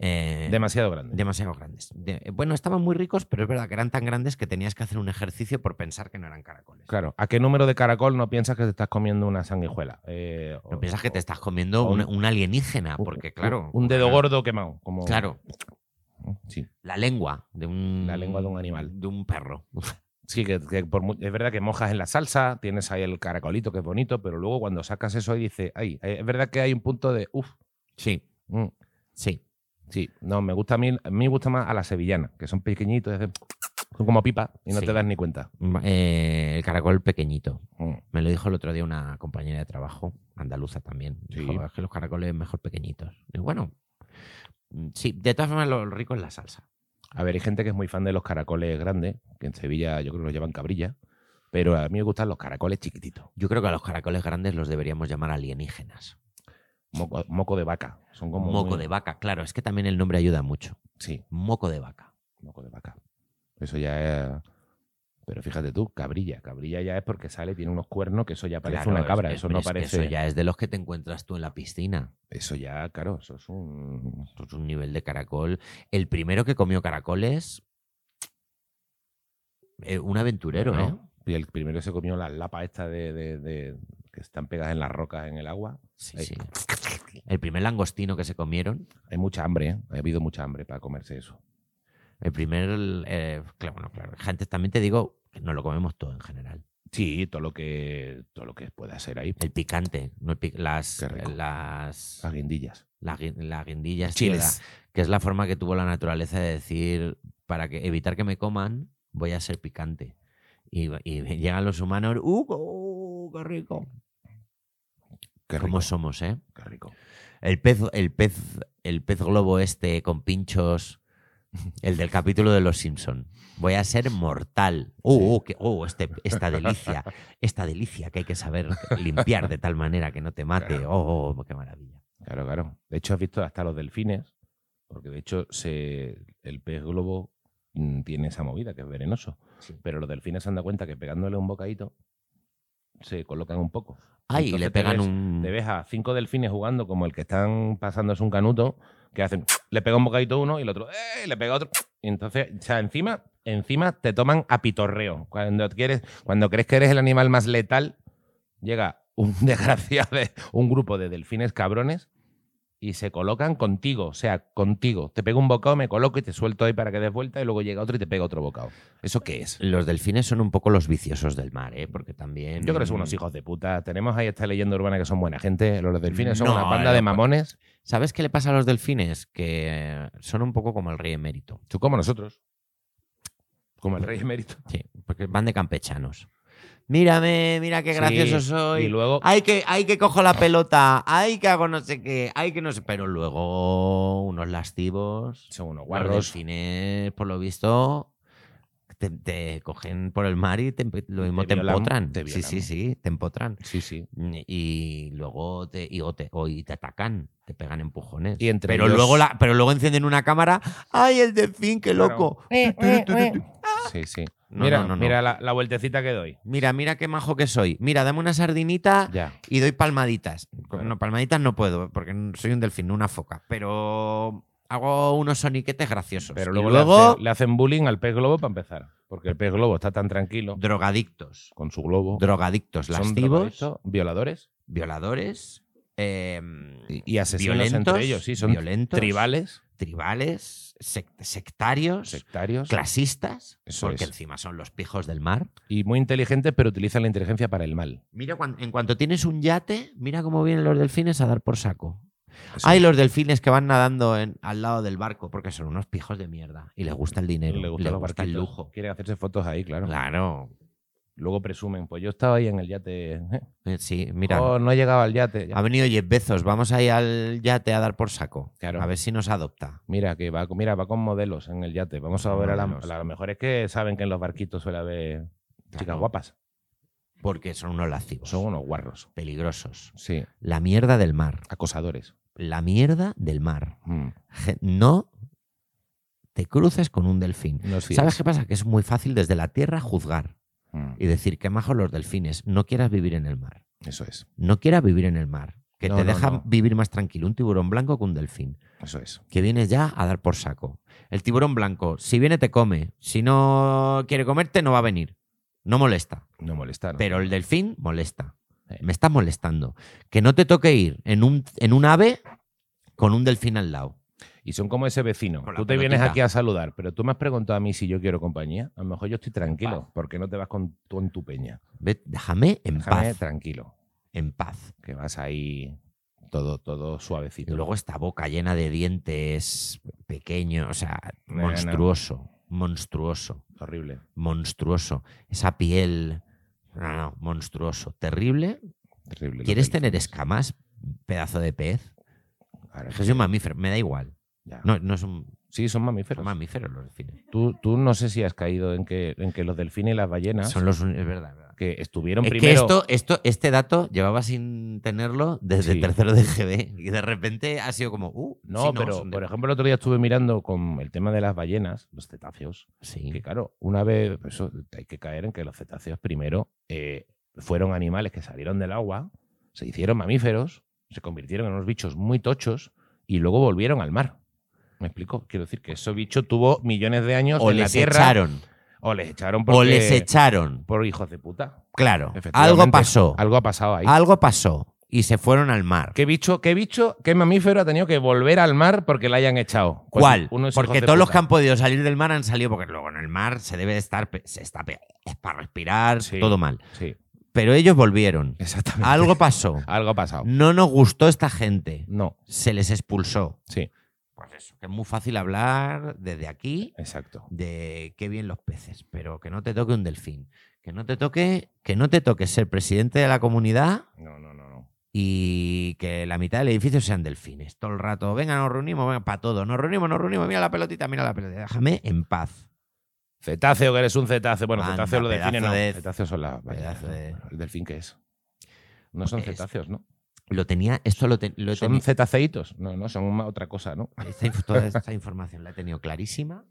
S1: Eh,
S2: Demasiado grande.
S1: demasiado grandes. De- bueno, estaban muy ricos, pero es verdad que eran tan grandes que tenías que hacer un ejercicio por pensar que no eran caracoles.
S2: Claro, ¿a qué número de caracol no piensas que te estás comiendo una sanguijuela? Eh,
S1: No
S2: o-
S1: piensas que te estás comiendo
S2: o
S1: un,
S2: un-
S1: un alienígena,
S2: un-
S1: porque claro.
S2: Un dedo
S1: claro,
S2: gordo quemado. Como,
S1: Claro,
S2: Sí,
S1: la lengua de un.
S2: La lengua de un animal.
S1: De un perro.
S2: sí que, que por mu- es verdad que mojas en la salsa, tienes ahí el caracolito que es bonito, pero luego cuando sacas eso y dices, ay, eh, es verdad que hay un punto de, uff,
S1: Sí,
S2: mm,
S1: sí.
S2: Sí, no, me gusta a mí, a mí me gusta más a la sevillana, que son pequeñitos, y hacen son como pipa y no
S1: Sí.
S2: te das ni cuenta.
S1: Ma- eh, el caracol pequeñito.
S2: Mm,
S1: Me lo dijo el otro día una compañera de trabajo, andaluza también.
S2: Sí.
S1: Dijo, es que los caracoles mejor pequeñitos. Y bueno, mm, sí, de todas formas lo rico es la salsa.
S2: A ver, hay gente que es muy fan de los caracoles grandes, que en Sevilla yo creo que los llaman cabrilla, pero a mí me gustan los caracoles chiquititos,
S1: Yo creo que a los caracoles grandes los deberíamos llamar alienígenas.
S2: moco, moco de vaca. Son como
S1: moco
S2: muy-
S1: de vaca, claro, es que también el nombre ayuda mucho.
S2: Sí,
S1: Moco de vaca.
S2: moco de vaca. Eso ya es... Pero fíjate tú, cabrilla. Cabrilla ya es porque sale, tiene unos cuernos, que eso ya parece
S1: Claro,
S2: una
S1: es-
S2: cabra.
S1: es-
S2: eso no
S1: es que
S2: parece...
S1: Eso ya es de los que te encuentras tú en la piscina.
S2: eso ya, claro, eso es un...
S1: Esto es pues, un nivel de caracol. El primero que comió caracoles. eh, un aventurero, ¿eh?
S2: Bueno, Y el primero se comió las lapas estas de, de- de- que están pegadas en las rocas en el agua.
S1: Sí,
S2: Ahí.
S1: sí. El primer langostino que se comieron.
S2: Hay mucha hambre, ¿eh? Ha habido mucha hambre para comerse eso.
S1: El primer. eh, claro, bueno, claro. Gente, también te digo que no lo comemos todo en general.
S2: Sí, todo lo que todo lo que pueda ser ahí.
S1: El picante, no el pic- las,
S2: Qué rico.
S1: las,
S2: Las guindillas.
S1: las gui- las guindillas, tío,
S2: Chiles.
S1: la- que es la forma que tuvo la naturaleza de decir, para que, evitar que me coman, voy a ser picante. Y, y llegan los humanos, ¡uh, uh, qué rico!
S2: Qué rico.
S1: ¿Cómo somos, eh?
S2: Qué rico.
S1: El pez, el pez, el pez globo este con pinchos, el del capítulo de los Simpson. Voy a ser mortal. Oh, oh, que- oh, este, esta delicia, esta delicia que hay que saber limpiar de tal manera que no te mate. Oh, oh, qué maravilla.
S2: Claro, claro. De hecho, has visto hasta los delfines, porque de hecho se, el pez globo mm, tiene esa movida que es venenoso.
S1: Sí.
S2: Pero los delfines se han dado cuenta que pegándole un bocadito se colocan un poco.
S1: Ay, y
S2: Entonces
S1: le
S2: te
S1: pegan
S2: ves-
S1: un.
S2: Te ves a cinco delfines jugando como el que están pasándose un canuto, que hacen, le pega un bocadito uno y el otro, ¡eh! le pega otro. Y entonces, o sea, encima, encima te toman a pitorreo. Cuando quieres, cuando crees que eres el animal más letal, llega un desgraciado, de- un grupo de delfines cabrones y se colocan contigo, o sea, contigo. Te pego un bocado, me coloco y te suelto ahí para que des vuelta y luego llega otro y te pega otro bocado. ¿Eso qué es?
S1: Los delfines son un poco los viciosos del mar, ¿eh? Porque también.
S2: Yo creo que son
S1: Mm.
S2: unos hijos de puta. Tenemos ahí esta leyenda urbana que son buena gente. Los delfines son
S1: No,
S2: una banda de
S1: loco.
S2: mamones.
S1: ¿Sabes qué le pasa a los delfines? Que son un poco como el rey emérito.
S2: Tú como nosotros. Como el rey emérito.
S1: Sí, porque van de campechanos. Mírame, mira qué
S2: Sí,
S1: gracioso soy.
S2: Y luego,
S1: Hay que, hay que cojo la pelota, hay que hago no sé qué, hay que no sé. Pero luego unos lascivos.
S2: son unos
S1: Los
S2: guarros.
S1: delfines, por lo visto, te, te cogen por el mar y te- lo mismo te,
S2: violan,
S1: empotran.
S2: te
S1: sí, sí,
S2: violan.
S1: sí, te empotran.
S2: Sí, sí.
S1: Y luego te, y, o te, o y te atacan, te pegan empujones.
S2: Y entre
S1: pero,
S2: ellos-
S1: luego la- pero luego encienden una cámara. ¡Ay, el delfín, qué
S2: Claro.
S1: loco!
S2: Sí, sí.
S1: No,
S2: mira,
S1: no, no, no.
S2: mira la, la vueltecita que doy.
S1: Mira, mira qué majo que soy. Mira, dame una sardinita
S2: Ya.
S1: y doy palmaditas.
S2: Claro.
S1: No, palmaditas no puedo, porque n- soy un delfín, no una foca. Pero hago unos soniquetes graciosos.
S2: Pero
S1: Y
S2: luego, le
S1: luego
S2: hacen- le, hacen bullying al pez globo para empezar. Porque el pez globo está tan tranquilo
S1: drogadictos.
S2: con su globo.
S1: Drogadictos,
S2: Son
S1: lascivos,
S2: drogadictos, violadores
S1: violadores, eh,
S2: y asesinos
S1: violentos,
S2: entre ellos. Sí, son
S1: violentos,
S2: tribales,
S1: tribales, sect- sectarios,
S2: sectarios
S1: clasistas,
S2: Eso
S1: porque
S2: es.
S1: encima son los pijos del mar.
S2: y muy inteligentes, pero utilizan la inteligencia para el mal.
S1: Mira, cuan- en cuanto tienes un yate, mira cómo vienen los delfines a dar por saco.
S2: Eso
S1: Hay
S2: es.
S1: los delfines que van nadando en- al lado del barco porque son unos pijos de mierda y les gusta el dinero,
S2: le
S1: les
S2: gustan
S1: gusta,
S2: los
S1: el
S2: barquitos.
S1: lujo.
S2: Quieren hacerse fotos ahí, claro.
S1: Claro,
S2: Luego presumen, pues yo estaba ahí en el yate. ¿eh?
S1: Eh, sí, mira.
S2: Oh, no he llegado al yate.
S1: Ha venido Jeff Bezos, vamos ahí al yate a dar por saco.
S2: Claro.
S1: A ver si nos adopta.
S2: Mira, que va, con- mira, va con modelos en el yate. Vamos a
S1: Con
S2: ver a, la-
S1: modelos.
S2: a lo mejor es que saben que en los barquitos suele haber chicas
S1: Claro.
S2: guapas.
S1: Porque son unos lascivos.
S2: Son unos guarros.
S1: peligrosos.
S2: Sí,
S1: La mierda del mar.
S2: acosadores.
S1: La mierda del mar.
S2: Mm.
S1: Je- No te cruces con un delfín.
S2: No os fiéis.
S1: ¿Sabes qué pasa? Que es muy fácil desde la tierra juzgar
S2: Mm.
S1: y decir que majos los delfines. No quieras vivir en el mar.
S2: Eso es,
S1: No quieras vivir en el mar. Que
S2: No,
S1: te
S2: no,
S1: deja
S2: no.
S1: vivir más tranquilo un tiburón blanco que un delfín.
S2: eso es.
S1: Que vienes ya a dar por saco. El tiburón blanco, si viene te come. Si no quiere comerte, no va a venir. No molesta.
S2: No molestar.
S1: Pero el delfín molesta.
S2: Sí.
S1: Me está molestando. Que no te toque ir en un, en un ave con un delfín al lado.
S2: Y son como ese vecino.
S1: Con la
S2: Tú te vienes
S1: pelotita.
S2: aquí a saludar, pero tú me has preguntado a mí si yo quiero compañía. A lo mejor yo estoy tranquilo. ¿Por qué no te vas con, tú en tu peña?
S1: Ve- déjame en
S2: Déjame
S1: paz.
S2: tranquilo.
S1: En paz.
S2: Que vas ahí todo, todo
S1: Y
S2: suavecito.
S1: luego esta boca llena de dientes pequeño, o sea,
S2: No, no.
S1: monstruoso, monstruoso,
S2: Horrible.
S1: monstruoso. Esa piel, no, no, monstruoso, terrible.
S2: Terrible. lo
S1: ¿Quieres
S2: del-
S1: tener escamas, pedazo de pez?
S2: Ahora
S1: Es
S2: sí,
S1: que soy un mamífero, me da igual.
S2: ya.
S1: No, no son,
S2: Sí, son mamíferos.
S1: son mamíferos los delfines.
S2: Tú, tú no sé si has caído en que, en que los delfines y las ballenas
S1: Son los, un- es verdad, es verdad.
S2: que estuvieron
S1: Es que
S2: primero.
S1: esto, esto, este dato llevaba sin tenerlo desde
S2: Sí.
S1: tercero de GB y de repente ha sido como, uh,
S2: no,
S1: sí,
S2: pero
S1: son de-
S2: por ejemplo el otro día estuve mirando con el tema de las ballenas, los cetáceos,
S1: Sí.
S2: que claro, una vez pues eso, hay que caer en que los cetáceos primero eh, fueron animales que salieron del agua, se hicieron mamíferos, se convirtieron en unos bichos muy tochos y luego volvieron al mar. ¿Me explico? Quiero decir que ese bicho tuvo millones de años
S1: O
S2: en la
S1: les
S2: tierra
S1: echaron.
S2: o les echaron
S1: O
S2: porque-
S1: les echaron.
S2: por hijos de puta.
S1: Claro. Algo
S2: Efectivamente,
S1: pasó.
S2: Algo ha pasado ahí.
S1: Algo pasó. Y se fueron al mar.
S2: ¿Qué bicho, qué bicho, qué mamífero ha tenido que volver al mar porque la hayan echado? Pues
S1: ¿Cuál?
S2: uno es hijos
S1: Porque
S2: de
S1: todos los que
S2: puta.
S1: han podido salir del mar han salido, porque luego en el mar se debe de estar, pe- se está pe- para respirar,
S2: Sí.
S1: todo mal.
S2: Sí,
S1: Pero ellos volvieron.
S2: exactamente. Algo,
S1: Algo pasó.
S2: ha pasado.
S1: No nos gustó esta gente.
S2: No,
S1: Se les expulsó.
S2: sí,
S1: Pues eso, que es muy fácil hablar desde aquí
S2: exacto.
S1: de qué bien los peces, pero que no te toque un delfín, que no te toque, que no te toque ser presidente de la comunidad
S2: No, no, no, no.
S1: y que la mitad del edificio sean delfines. Todo el rato, venga, nos reunimos, venga, para todo, nos reunimos, nos reunimos, mira la pelotita, mira la pelotita, déjame en paz.
S2: Cetáceo, que eres un cetáceo. Bueno,
S1: Anda,
S2: cetáceo lo
S1: pedazo
S2: define, no.
S1: de-
S2: Cetáceos son las ballenas,
S1: pedazo de-
S2: ¿no? ¿El delfín qué es? No son
S1: Es-
S2: cetáceos, ¿no?
S1: Lo tenía, esto lo, te- lo he
S2: Son
S1: tenido-
S2: cetáceitos. No, no, son una- otra cosa, ¿no?
S1: esta inf- toda esta información la he tenido clarísima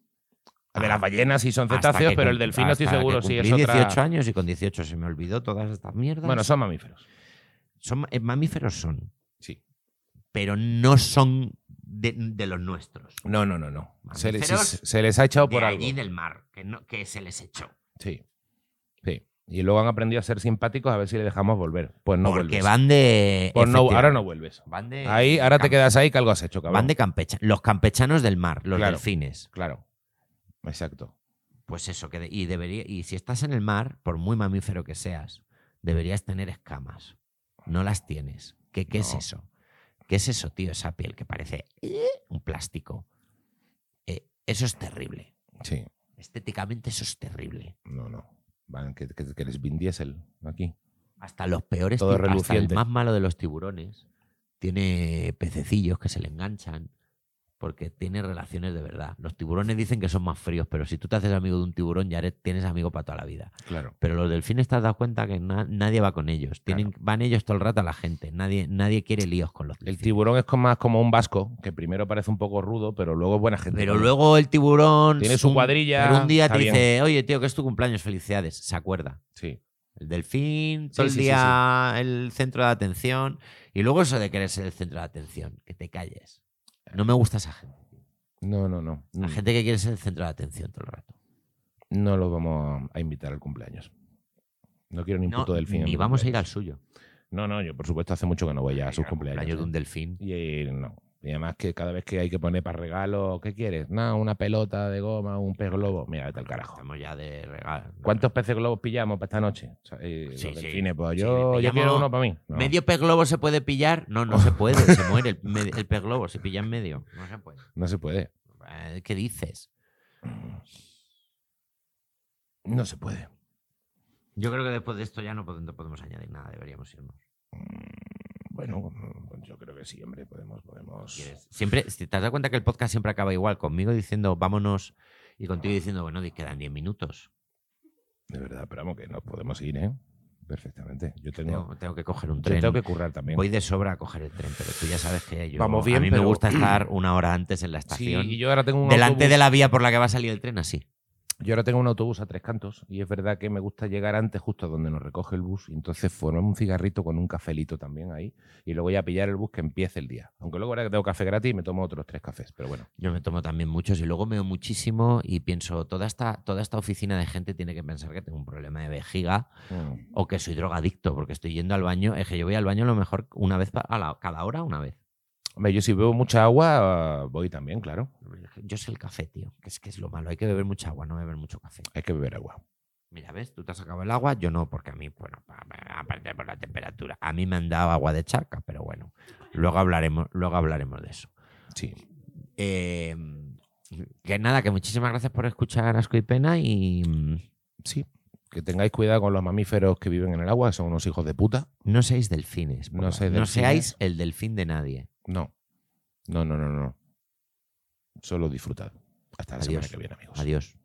S2: De las ballenas sí son
S1: Ah, Hasta
S2: cetáceos,
S1: que
S2: pero
S1: cum-
S2: el delfín no estoy
S1: hasta que
S2: seguro si es
S1: cumplí
S2: otra...
S1: 18 años y con 18 se me olvidó todas estas mierdas.
S2: Bueno, son mamíferos.
S1: son eh, mamíferos son,
S2: Sí.
S1: pero no son de, de los nuestros.
S2: No, no, no, no. Se, les-
S1: Mamíferos
S2: se- se les ha echado
S1: De
S2: por algo.
S1: allí del mar, que, no, que se les echó.
S2: Sí. Sí. Y luego han aprendido a ser simpáticos a ver si le dejamos volver. Pues no
S1: porque
S2: vuelves.
S1: van de.
S2: Pues no- ahora no
S1: efectivamente,
S2: vuelves.
S1: Van de.
S2: Ahí, ahora te
S1: cam-
S2: quedas ahí que algo has hecho, cabrón.
S1: Van de campecha. Los campechanos del mar, los
S2: Claro.
S1: delfines.
S2: Claro. Exacto.
S1: Pues eso, que de- y debería. Y si estás en el mar, por muy mamífero que seas, deberías tener escamas. No las tienes. ¿Qué, qué es
S2: No.
S1: eso? ¿Qué es eso, tío? Esa piel que parece eh, un plástico. Eh, eso es terrible.
S2: Sí.
S1: Estéticamente eso es terrible.
S2: No, no. Van, que, que, que les Vin Diesel aquí.
S1: Hasta los peores,
S2: Todo
S1: tib- hasta el
S2: reluciente.
S1: más malo de los tiburones tiene pececillos que se le enganchan porque tiene relaciones de verdad. Los tiburones dicen que son más fríos, pero si tú te haces amigo de un tiburón ya eres- tienes amigo para toda la vida.
S2: Claro.
S1: Pero los delfines te has dado cuenta que na- nadie va con ellos. Tienen, Van ellos todo el rato a la gente. Nadie, nadie quiere líos con los
S2: El
S1: delfines.
S2: tiburón es como- más como un vasco, que primero parece un poco rudo, pero luego es buena gente.
S1: Pero luego el tiburón...
S2: Tiene su
S1: un-
S2: cuadrilla,
S1: Pero un día
S2: está
S1: te
S2: bien.
S1: dice, oye tío, que es tu cumpleaños, felicidades. Se acuerda.
S2: Sí.
S1: El delfín,
S2: Sí,
S1: todo el
S2: sí, sí,
S1: día el centro de atención. Y luego eso de querer ser el centro de atención, que te calles. No me gusta esa gente.
S2: No, no, no. Mm,
S1: La gente que quiere ser el centro de atención todo el rato.
S2: No los vamos a invitar al cumpleaños. No quiero ni un
S1: No,
S2: puto delfín. en
S1: ni
S2: mi
S1: vamos a ir
S2: cumpleaños.
S1: al suyo.
S2: No, no, yo por supuesto hace mucho que no voy a sus
S1: Al cumpleaños
S2: cumpleaños.
S1: de un delfín.
S2: Y eh, no. Y además que cada vez que hay que poner para regalo, ¿qué quieres? Nada, una pelota de goma, un pez globo. Mira, vete al carajo.
S1: Estamos ya de regalo.
S2: ¿Cuántos peces globos pillamos para esta noche? O sea, eh,
S1: Sí,
S2: los
S1: sí.
S2: delfines, pues
S1: Sí,
S2: yo, yo
S1: pillamos
S2: quiero uno para mí. No.
S1: ¿Medio pez globo se puede pillar? No, no se puede. Se muere el, me- el pez globo. Se pilla en medio. No se puede.
S2: No se puede.
S1: Eh, ¿Qué dices?
S2: No se puede.
S1: Yo creo que después de esto ya no podemos, no podemos añadir nada. Deberíamos irnos.
S2: Bueno, pues yo creo que sí, hombre, podemos, podemos.
S1: quieres. Siempre, si te has dado cuenta que el podcast siempre acaba igual, conmigo diciendo vámonos y contigo diciendo, bueno, di- quedan 10 minutos.
S2: De verdad, pero vamos, que nos podemos ir, ¿eh? Perfectamente. Yo tengo,
S1: Tengo, tengo que coger un
S2: yo
S1: tren.
S2: tengo que currar también.
S1: Voy de sobra a coger el tren, pero tú ya sabes que yo.
S2: Vamos bien,
S1: a mí me
S2: pero-
S1: gusta estar una hora antes en la
S2: Sí,
S1: estación.
S2: y yo ahora tengo un
S1: delante
S2: autobús-
S1: de la vía por la que va a salir el tren, así.
S2: Yo ahora tengo un autobús a tres cantos y es verdad que me gusta llegar antes justo donde nos recoge el bus y entonces formarme un cigarrito con un cafelito también ahí y luego ya pillar el bus que empiece el día. Aunque luego ahora que tengo café gratis me tomo otros tres cafés, pero bueno.
S1: Yo me tomo también muchos y luego veo muchísimo y pienso, toda esta, toda esta oficina de gente tiene que pensar que tengo un problema de vejiga
S2: Mm,
S1: o que soy drogadicto, porque estoy yendo al baño. Es que yo voy al baño a lo mejor una vez pa- a la- cada hora, una vez.
S2: Hombre, yo si bebo mucha agua eh, voy también, claro.
S1: Yo sé el café, tío, que es que es lo malo. Hay que beber mucha agua, no beber mucho café.
S2: Hay que beber agua.
S1: Mira, ¿ves? Tú te has acabado el agua, yo no, porque a mí, bueno, pa- pa- aparte por la temperatura, a mí me han dado agua de charca, pero bueno, luego hablaremos, luego hablaremos de eso.
S2: Sí.
S1: Eh, que nada, que muchísimas gracias por escuchar Asco y Pena y mm,
S2: Sí. Que tengáis cuidado con los mamíferos que viven en el agua, que son unos hijos de puta.
S1: no seáis delfines. por
S2: No
S1: favor.
S2: seáis
S1: no
S2: delfines.
S1: seáis el delfín de nadie.
S2: No. No, no, no, no. Solo disfrutad. Hasta la semana
S1: Adiós.
S2: que viene, amigos.
S1: Adiós.